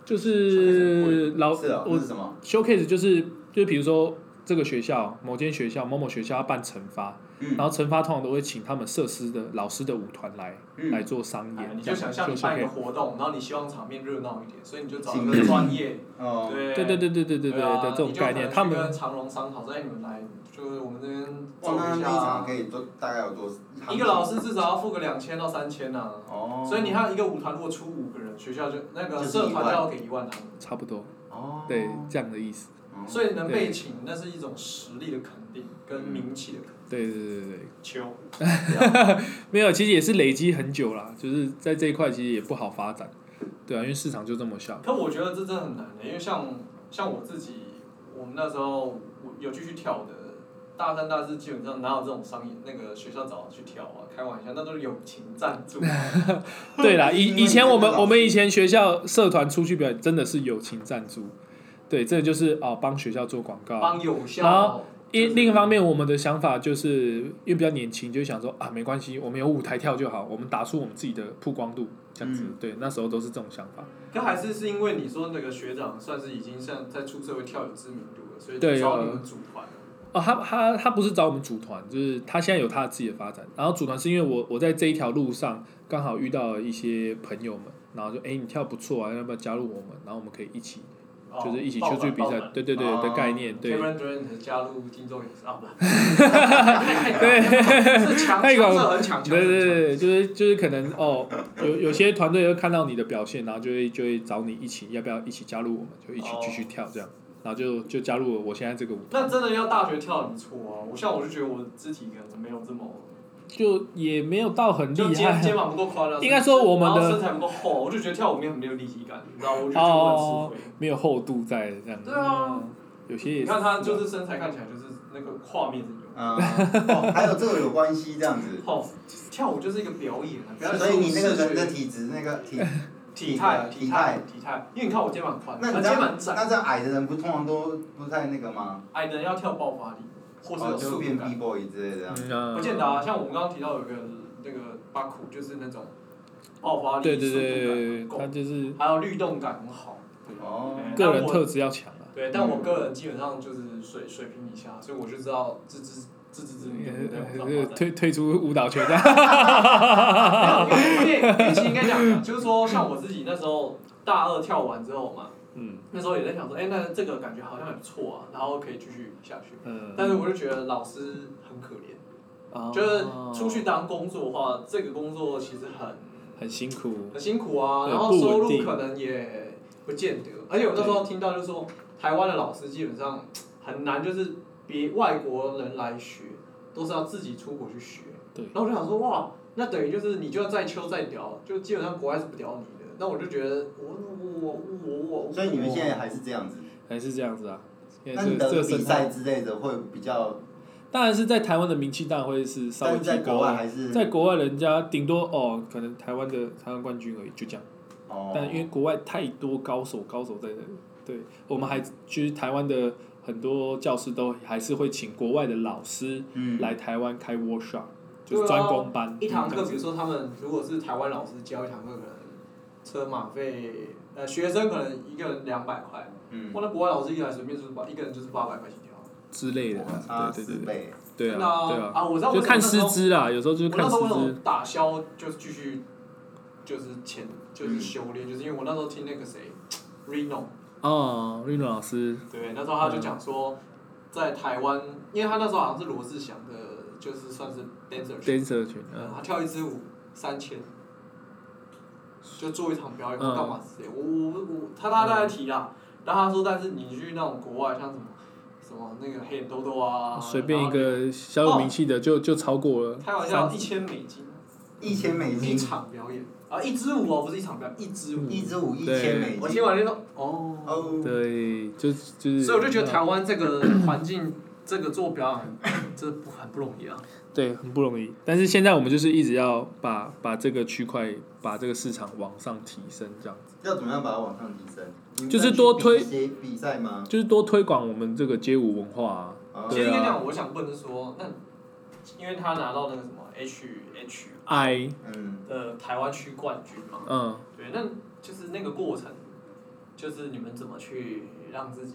[SPEAKER 3] 就是老
[SPEAKER 4] 是啊，
[SPEAKER 3] 我
[SPEAKER 4] 那是什么？
[SPEAKER 3] showcase 就是就是比如说这个学校某间学校某某学校要办惩罚，
[SPEAKER 4] 嗯
[SPEAKER 3] 然后惩罚通常都会请他们设施的老师的舞团来、来
[SPEAKER 4] 嗯，
[SPEAKER 3] 做商
[SPEAKER 2] 哎
[SPEAKER 3] 演，
[SPEAKER 2] 你就想象你
[SPEAKER 3] 这样
[SPEAKER 2] 办一
[SPEAKER 3] 子
[SPEAKER 2] 个
[SPEAKER 3] 就 showcase。
[SPEAKER 2] 活动，然后你希望场面热闹一点，所以你就找一
[SPEAKER 4] 请
[SPEAKER 2] 个专业，
[SPEAKER 4] 哦，
[SPEAKER 2] 对
[SPEAKER 3] 对对对对对对对
[SPEAKER 2] 啊
[SPEAKER 3] 的这种
[SPEAKER 2] 你就可
[SPEAKER 3] 概
[SPEAKER 2] 能
[SPEAKER 3] 念，
[SPEAKER 2] 去
[SPEAKER 3] 他们
[SPEAKER 2] 跟长隆商讨，哎，你们来，就是我们这边
[SPEAKER 4] 哇，那
[SPEAKER 2] 做
[SPEAKER 4] 那
[SPEAKER 2] 一
[SPEAKER 4] 一场
[SPEAKER 2] 下
[SPEAKER 4] 可，以做大概有多？
[SPEAKER 2] 啊一个老师至少要付个两千到三千呐。
[SPEAKER 4] 哦，
[SPEAKER 2] 所以你看一个舞团如果出五个人，学校就那个
[SPEAKER 4] 就是
[SPEAKER 2] 社团
[SPEAKER 4] 一万
[SPEAKER 2] 就要给一万他们，
[SPEAKER 3] 差不多，
[SPEAKER 4] 哦，
[SPEAKER 3] 对这样的意思。
[SPEAKER 4] 嗯，
[SPEAKER 2] 所以能
[SPEAKER 3] 对
[SPEAKER 2] 被请，那是一种实力的肯定跟名气的肯定。
[SPEAKER 3] 对对对对对，
[SPEAKER 2] 求
[SPEAKER 3] 没有，其实也是累积很久啦，就是在这一块其实也不好发展，对啊，因为市场就这么小。
[SPEAKER 2] 可我觉得这真的很难的、因为像像我自己，我们那时候我有继续跳的，大三、大四基本上哪有这种商业那个学校找我去跳啊？开玩笑，那都是友情赞助。
[SPEAKER 3] 啊对啦，以
[SPEAKER 4] 因为
[SPEAKER 3] 以前我们
[SPEAKER 4] 这个
[SPEAKER 3] 我们以前学校社团出去表演真的是友情赞助，对，这就是哦帮学校做广告。
[SPEAKER 2] 帮有
[SPEAKER 3] 然
[SPEAKER 2] 效。
[SPEAKER 3] 一
[SPEAKER 2] 就是
[SPEAKER 3] 另一方面，我们的想法就是因为比较年轻，就想说啊没关系，我们有舞台跳就好，我们打出我们自己的曝光度这样子。
[SPEAKER 4] 嗯
[SPEAKER 3] 对，那时候都是这种想法。
[SPEAKER 2] 可还是是因为你说那个学长算是已经像在出社会跳有知名度了，所以
[SPEAKER 3] 对
[SPEAKER 2] 就找
[SPEAKER 3] 呃
[SPEAKER 2] 你们组团。
[SPEAKER 3] 哦，他他他不是找我们组团，就是他现在有他自己的发展。然后组团是因为我我在这一条路上刚好遇到了一些朋友们，然后就哎、你跳不错啊，要不要加入我们？然后我们可以一起，
[SPEAKER 2] 哦
[SPEAKER 3] 就是一起出去比赛。对对对
[SPEAKER 4] 哦
[SPEAKER 3] 的概念，对。
[SPEAKER 2] Kevin Durant 的加入金州也是啊，不是，对，是强，
[SPEAKER 3] 太
[SPEAKER 2] 强
[SPEAKER 3] 搞
[SPEAKER 2] 是很强，强
[SPEAKER 3] 对对
[SPEAKER 2] 是很强
[SPEAKER 3] 对，就是就是可能哦，有有些团队会看到你的表现，然后就会就会找你一起，要不要一起加入我们，就一起
[SPEAKER 2] 哦
[SPEAKER 3] 继续跳这样，然后就就加入了我现在这个舞
[SPEAKER 2] 那
[SPEAKER 3] 团，
[SPEAKER 2] 真的要大学跳很错啊！我像我就觉得我肢体可能没有这么，
[SPEAKER 3] 就也没有到很
[SPEAKER 2] 就
[SPEAKER 3] 厉
[SPEAKER 2] 肩
[SPEAKER 3] 害啊
[SPEAKER 2] 肩。膀不够宽了，
[SPEAKER 3] 应该说我们的
[SPEAKER 2] 然后身材不够厚，我就觉得跳舞没有没有立体感，你知道，我就觉得我
[SPEAKER 3] 哦
[SPEAKER 2] 很吃亏。，
[SPEAKER 3] 没有厚度在这样，
[SPEAKER 2] 对啊，
[SPEAKER 3] 有些也
[SPEAKER 2] 你
[SPEAKER 3] 是
[SPEAKER 2] 看他就是身材看起来就是那个画面是有。
[SPEAKER 4] 嗯，哦，还有这个有关系这样子，
[SPEAKER 2] 哦，跳舞就是一个表演啊，不要
[SPEAKER 4] 所以你那个
[SPEAKER 2] 说
[SPEAKER 4] 人的
[SPEAKER 2] 视觉
[SPEAKER 4] 体质那个体，
[SPEAKER 2] 体态、
[SPEAKER 4] 体
[SPEAKER 2] 体
[SPEAKER 4] 态
[SPEAKER 2] 态、体态，因为你看我肩膀宽，
[SPEAKER 4] 那你
[SPEAKER 2] 我
[SPEAKER 4] 这
[SPEAKER 2] 肩
[SPEAKER 4] 样，
[SPEAKER 2] 膀
[SPEAKER 4] 那
[SPEAKER 2] 窄，
[SPEAKER 4] 这样矮的人不通常都不太那个吗？
[SPEAKER 2] 矮的人要跳爆发力，或是
[SPEAKER 4] 哦，
[SPEAKER 2] 有
[SPEAKER 4] 就
[SPEAKER 2] 速
[SPEAKER 4] 变
[SPEAKER 2] 度感
[SPEAKER 4] B。boy 之类的啊。
[SPEAKER 3] 嗯
[SPEAKER 2] 不见得啊，像我们刚刚提到有一个那个巴库，就是那种爆发力、
[SPEAKER 3] 对对
[SPEAKER 2] 速
[SPEAKER 3] 对
[SPEAKER 2] 度
[SPEAKER 3] 对，
[SPEAKER 2] 感很够
[SPEAKER 3] 他就是
[SPEAKER 2] 还有律动感很好。
[SPEAKER 4] 哦，嗯
[SPEAKER 2] 对哎
[SPEAKER 3] 个人特质要强啊，
[SPEAKER 2] 对，但我个人基本上就是水水平以下，所以我就知道自知自嗯知之明的那种
[SPEAKER 3] 呃
[SPEAKER 2] 方法。
[SPEAKER 3] 退退出舞蹈圈这样，
[SPEAKER 2] 因为因为其实应该这样讲，就是说像我自己那时候大二跳完之后嘛，
[SPEAKER 3] 嗯
[SPEAKER 2] 那时候也在想说，哎、那这个感觉好像也不错啊，然后可以继续下去。但
[SPEAKER 3] 嗯，
[SPEAKER 2] 是我就觉得老师很可怜，
[SPEAKER 3] 哦
[SPEAKER 2] 就是出去当工作的话，这个工作其实很
[SPEAKER 3] 很辛苦，
[SPEAKER 2] 很辛苦啊，
[SPEAKER 3] 对
[SPEAKER 2] 然后收
[SPEAKER 3] 不稳定
[SPEAKER 2] 入可能也不见得。而且我那时候听到就是说，台湾的老师基本上很难，就是别外国人来学，都是要自己出国去学。
[SPEAKER 3] 对
[SPEAKER 2] 然后我就想说，哇，那等于就是你就要再秋再屌，就基本上国外是不屌你的。那我就觉得我我我我我，
[SPEAKER 4] 所以你们现在还是这样子。
[SPEAKER 3] 还是这样子啊。现
[SPEAKER 4] 那
[SPEAKER 3] 在这
[SPEAKER 4] 你
[SPEAKER 3] 个
[SPEAKER 4] 的
[SPEAKER 3] 这个
[SPEAKER 4] 比
[SPEAKER 3] 生态
[SPEAKER 4] 赛之类的会比较，
[SPEAKER 3] 当然是在台湾的名气当然会是稍
[SPEAKER 4] 但
[SPEAKER 3] 微
[SPEAKER 4] 是在
[SPEAKER 3] 提
[SPEAKER 4] 国
[SPEAKER 3] 高
[SPEAKER 4] 外
[SPEAKER 3] 啊，
[SPEAKER 4] 还是
[SPEAKER 3] 在国外人家顶多哦，可能台湾的台湾冠军而已，就这样。
[SPEAKER 4] 哦，
[SPEAKER 3] 但因为国外太多高手，高手在那里，对我们还就是台湾的很多教师都还是会请国外的老师
[SPEAKER 4] 嗯
[SPEAKER 3] 来台湾开 workshop，
[SPEAKER 2] 对
[SPEAKER 3] 就是
[SPEAKER 2] 啊
[SPEAKER 3] 专攻班，
[SPEAKER 2] 一堂
[SPEAKER 3] 这
[SPEAKER 2] 课，
[SPEAKER 3] 样
[SPEAKER 2] 比
[SPEAKER 3] 子
[SPEAKER 2] 如说他们如果是台湾老师教一堂课，可能车马费，呃，学生可能一个人两百块。
[SPEAKER 4] 嗯，
[SPEAKER 2] 我那国外老师一来随便就是八，一个人就是八百块起跳。
[SPEAKER 3] 之类的
[SPEAKER 4] 我，差
[SPEAKER 3] 对
[SPEAKER 4] 啊四
[SPEAKER 3] 对对
[SPEAKER 4] 倍，
[SPEAKER 3] 对
[SPEAKER 2] 真
[SPEAKER 3] 啊
[SPEAKER 2] 的
[SPEAKER 3] 对
[SPEAKER 2] 啊！
[SPEAKER 3] 啊，
[SPEAKER 2] 啊，我知道
[SPEAKER 3] 就
[SPEAKER 2] 为什么
[SPEAKER 3] 看
[SPEAKER 2] 那时
[SPEAKER 3] 师
[SPEAKER 2] 候
[SPEAKER 3] 资啦，有时候就是
[SPEAKER 2] 我那
[SPEAKER 3] 看
[SPEAKER 2] 时
[SPEAKER 3] 师
[SPEAKER 2] 候为什么
[SPEAKER 3] 资，
[SPEAKER 2] 打消就继续就是前就是修炼，就是因为我那时候听那个谁 Reno，
[SPEAKER 3] 哦，瑞诺老师，
[SPEAKER 2] 对，那时候他
[SPEAKER 3] 嗯
[SPEAKER 2] 就讲说，在台湾，因为他那时候好像是罗志祥的，就是算是 dancer，群
[SPEAKER 3] dancer 群，
[SPEAKER 2] 嗯
[SPEAKER 3] 嗯，
[SPEAKER 2] 他跳一支舞三千，就做一场表演
[SPEAKER 3] 嗯
[SPEAKER 2] 或干嘛之类的。我我我，他他他在提啦，然后他说，但是你去那种国外，像什么什么那个黑眼豆豆啊，
[SPEAKER 3] 随便一个小有名气的就就超过了
[SPEAKER 2] 然后，开玩笑，一千美金
[SPEAKER 4] 一千美
[SPEAKER 2] 一
[SPEAKER 4] 金，
[SPEAKER 2] 场表演啊，一支舞哦，不是一场表演，一支舞。
[SPEAKER 4] 一支舞一千美
[SPEAKER 2] 我
[SPEAKER 4] 金
[SPEAKER 2] 听，完就说哦，
[SPEAKER 4] 哦，
[SPEAKER 3] 对，就就是，
[SPEAKER 2] 所以我就觉得台湾这个环境， 这个做表演，这不很不容易啊。
[SPEAKER 3] 对，很不容易。但是现在我们就是一直要把把这个区块、把这个市场往上提升，这样子，
[SPEAKER 4] 要怎么样把它往上提升？
[SPEAKER 3] 就是多推
[SPEAKER 4] 你们在去比一些比赛吗？
[SPEAKER 3] 就是多推广我们这个街舞文化啊。
[SPEAKER 4] 啊
[SPEAKER 2] 哦其实
[SPEAKER 3] 对
[SPEAKER 2] 应该讲，我想问的是说，那因为他拿到那个什么 H H
[SPEAKER 3] I，
[SPEAKER 4] 嗯，
[SPEAKER 2] 的台湾区冠军嘛，
[SPEAKER 3] 嗯，
[SPEAKER 2] 对，那就是那个过程，就是你们怎么去让自己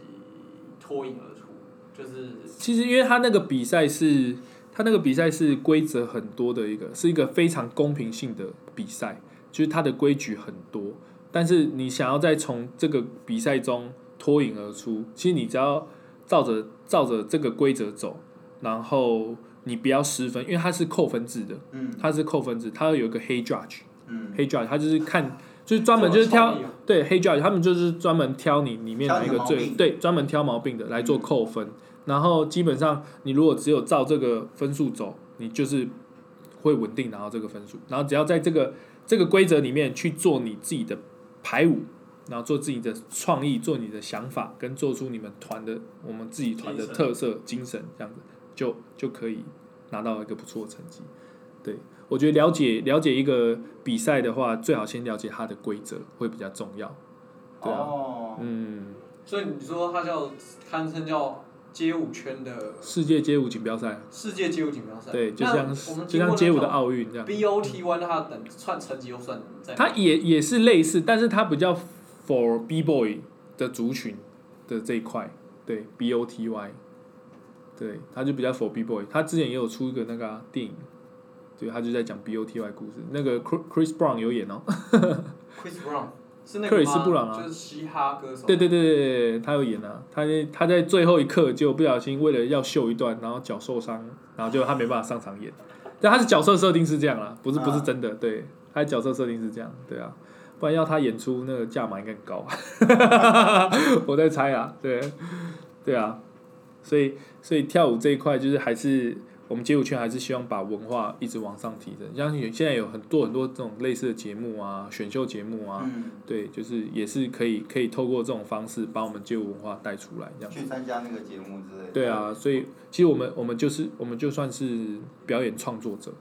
[SPEAKER 2] 脱颖而出，就是
[SPEAKER 3] 其实因为他那个比赛是，他那个比赛是规则很多的一个，是一个非常公平性的比赛，就是它的规矩很多，但是你想要再从这个比赛中脱颖而出，其实你只要照着照着这个规则走，然后你不要失分，因为它是扣分制的，
[SPEAKER 4] 嗯
[SPEAKER 3] 它是扣分制，它有一个黑 judge，
[SPEAKER 4] 嗯，
[SPEAKER 3] 黑 judge，他就是看，就是专门就是挑
[SPEAKER 2] 这么创意啊
[SPEAKER 3] 对黑 judge，他们就是专门挑你里面哪一个
[SPEAKER 4] 挑你的毛
[SPEAKER 3] 最
[SPEAKER 4] 病嗯
[SPEAKER 3] 对，专门挑毛病的来做扣分。然后基本上你如果只有照这个分数走，你就是会稳定拿到这个分数。然后只要在这个这个规则里面去做你自己的排舞，然后做自己的创意，做你的想法，跟做出你们团的我们自己团的
[SPEAKER 2] 精神
[SPEAKER 3] 特色精神，这样子就就可以拿到一个不错的成绩。对我觉得了解了解一个比赛的话，最好先了解它的规则会比较重要。对啊，
[SPEAKER 4] 哦，
[SPEAKER 3] 嗯，
[SPEAKER 2] 所以你说他叫堪称叫街舞圈的
[SPEAKER 3] 世界街舞锦标赛，
[SPEAKER 2] 世界街舞锦标赛，
[SPEAKER 3] 对，就
[SPEAKER 2] 那
[SPEAKER 3] 像
[SPEAKER 2] 我们
[SPEAKER 3] 就像街舞的奥运这样，
[SPEAKER 2] B O T One 它的等算成绩又算在哪
[SPEAKER 3] 它也也是类似，但是它比较 for B boy 的族群的这一块，对 B O T Y，对，它就比较 for B boy。它之前也有出一个那个啊、电影，对，它就在讲 B O T Y 故事，那个 Chris Chris Brown 有演哦，
[SPEAKER 2] Chris Brown 是那
[SPEAKER 3] 克
[SPEAKER 2] 个
[SPEAKER 3] 里斯
[SPEAKER 2] 吗？
[SPEAKER 3] 布朗啊
[SPEAKER 2] 就是嘻哈歌手，
[SPEAKER 3] 对对对对对，他有演啊，他在他在最后一刻就不小心为了要秀一段，然后脚受伤，然后就他没办法上场演。但他是角色设定是这样啦，不是不是
[SPEAKER 4] 啊
[SPEAKER 3] 真的，对，他的角色设定是这样，对啊，不然要他演出那个价码应该很高，我在猜啊，对，对啊，所以所以跳舞这一块就是还是我们街舞圈还是希望把文化一直往上提升，像有现在有很多很多这种类似的节目啊，选秀节目啊，
[SPEAKER 4] 嗯，
[SPEAKER 3] 对，就是也是可以可以透过这种方式把我们街舞文化带出来，这样。
[SPEAKER 4] 去参加那个节目之类的，
[SPEAKER 3] 对，啊，所以其实我们我们就是我们就算是表演创作者，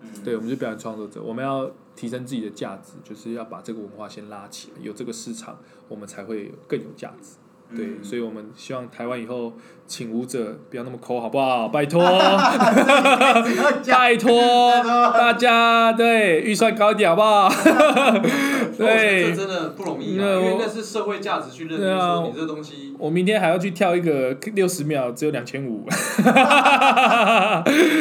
[SPEAKER 4] 嗯，
[SPEAKER 3] 对，我们是表演创作者，我们要提升自己的价值，就是要把这个文化先拉起来，有这个市场，我们才会更有价值。
[SPEAKER 4] 嗯
[SPEAKER 3] 对，所以我们希望台湾以后请舞者不要那么抠，好不好？拜 托，拜托大家，对，预算高一点，好不好？对
[SPEAKER 2] 这真的不容易啊，
[SPEAKER 3] 那
[SPEAKER 2] 因
[SPEAKER 3] 我
[SPEAKER 2] 为那是社会价值去认定
[SPEAKER 3] 对啊
[SPEAKER 2] 说你这东西
[SPEAKER 3] 我明天还要去跳一个六十秒，只有两千五，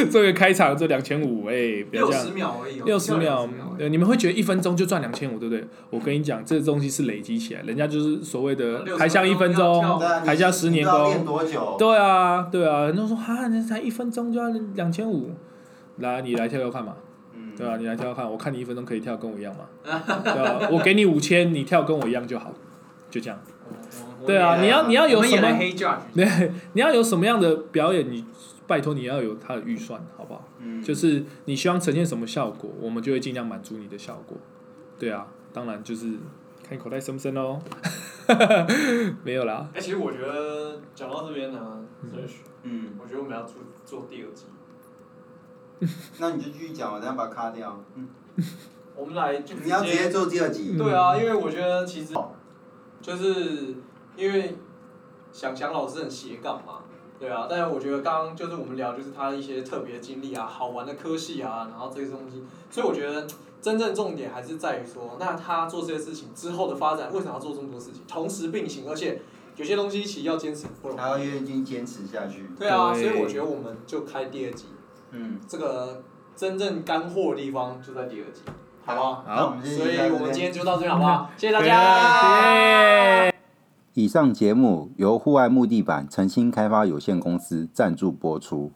[SPEAKER 3] 做个开场，这两千五，哎，不要
[SPEAKER 2] 六
[SPEAKER 3] 这样
[SPEAKER 2] 十。秒而已哦，
[SPEAKER 3] 六十
[SPEAKER 2] 秒
[SPEAKER 3] 秒，，呃，你们会觉得一分钟就赚两千五，对不对？我跟你讲，这东西是累积起来，人家就是所谓的
[SPEAKER 2] 60
[SPEAKER 3] 还像一分钟
[SPEAKER 2] 分钟要跳，
[SPEAKER 4] 对啊，你
[SPEAKER 3] 还像十年
[SPEAKER 4] 你知道
[SPEAKER 3] 功
[SPEAKER 4] 练，多久？
[SPEAKER 3] 对啊，对啊，人家说哈，人家才一分钟就要两千五，来，你来跳跳看嘛，
[SPEAKER 4] 嗯，
[SPEAKER 3] 对啊，你来跳跳看，我看你一分钟可以跳跟我一样嘛，对啊，我给你五千，你跳跟我一样就好，就这样。
[SPEAKER 2] 我我
[SPEAKER 3] 对啊，
[SPEAKER 4] 也
[SPEAKER 3] 你要你要
[SPEAKER 2] 我
[SPEAKER 3] 有
[SPEAKER 2] 们
[SPEAKER 3] 什
[SPEAKER 2] 也来
[SPEAKER 3] 么？
[SPEAKER 2] 黑 judge，
[SPEAKER 3] 对，你要有什么样的表演，你拜托你要有它的预算，好不好？
[SPEAKER 4] 嗯，
[SPEAKER 3] 就是你希望呈现什么效果，我们就会尽量满足你的效果。对啊，当然就是看口袋深不深哦。 没有啦，
[SPEAKER 2] 哎，其实我觉得讲到这边呢，所以
[SPEAKER 4] 嗯，
[SPEAKER 2] 我觉得我们要做做第二集，
[SPEAKER 4] 那你就继续讲，我等下把它卡掉。嗯，
[SPEAKER 2] 我们来就
[SPEAKER 4] 你要直接做第二
[SPEAKER 1] 嗯
[SPEAKER 4] 集，
[SPEAKER 2] 对啊，因为我觉得其实就是因为想想老师很斜杠嘛，对啊，但是我觉得刚刚就是我们聊就是他一些特别的经历啊、好玩的科系啊，然后这些东西，所以我觉得真正重点还是在于说，那他做这些事情之后的发展，为什么要做这么多事情，同时并行，而且有些东西其实要坚持很不容易
[SPEAKER 4] 还。
[SPEAKER 1] 啊
[SPEAKER 4] 要愿意坚持下去。
[SPEAKER 2] 对啊，
[SPEAKER 3] 对
[SPEAKER 2] 所以我觉得我们就开第二集，
[SPEAKER 4] 嗯，
[SPEAKER 2] 这个真正干货的地方就在第二集，好不好？
[SPEAKER 4] 那我们今
[SPEAKER 2] 所
[SPEAKER 4] 天就
[SPEAKER 2] 以
[SPEAKER 4] 到这边
[SPEAKER 2] 我们今天就到这边，好不好？谢谢 大
[SPEAKER 3] 对
[SPEAKER 2] 家。
[SPEAKER 6] 以上节目由户外木地板诚心开发有限公司赞助播出。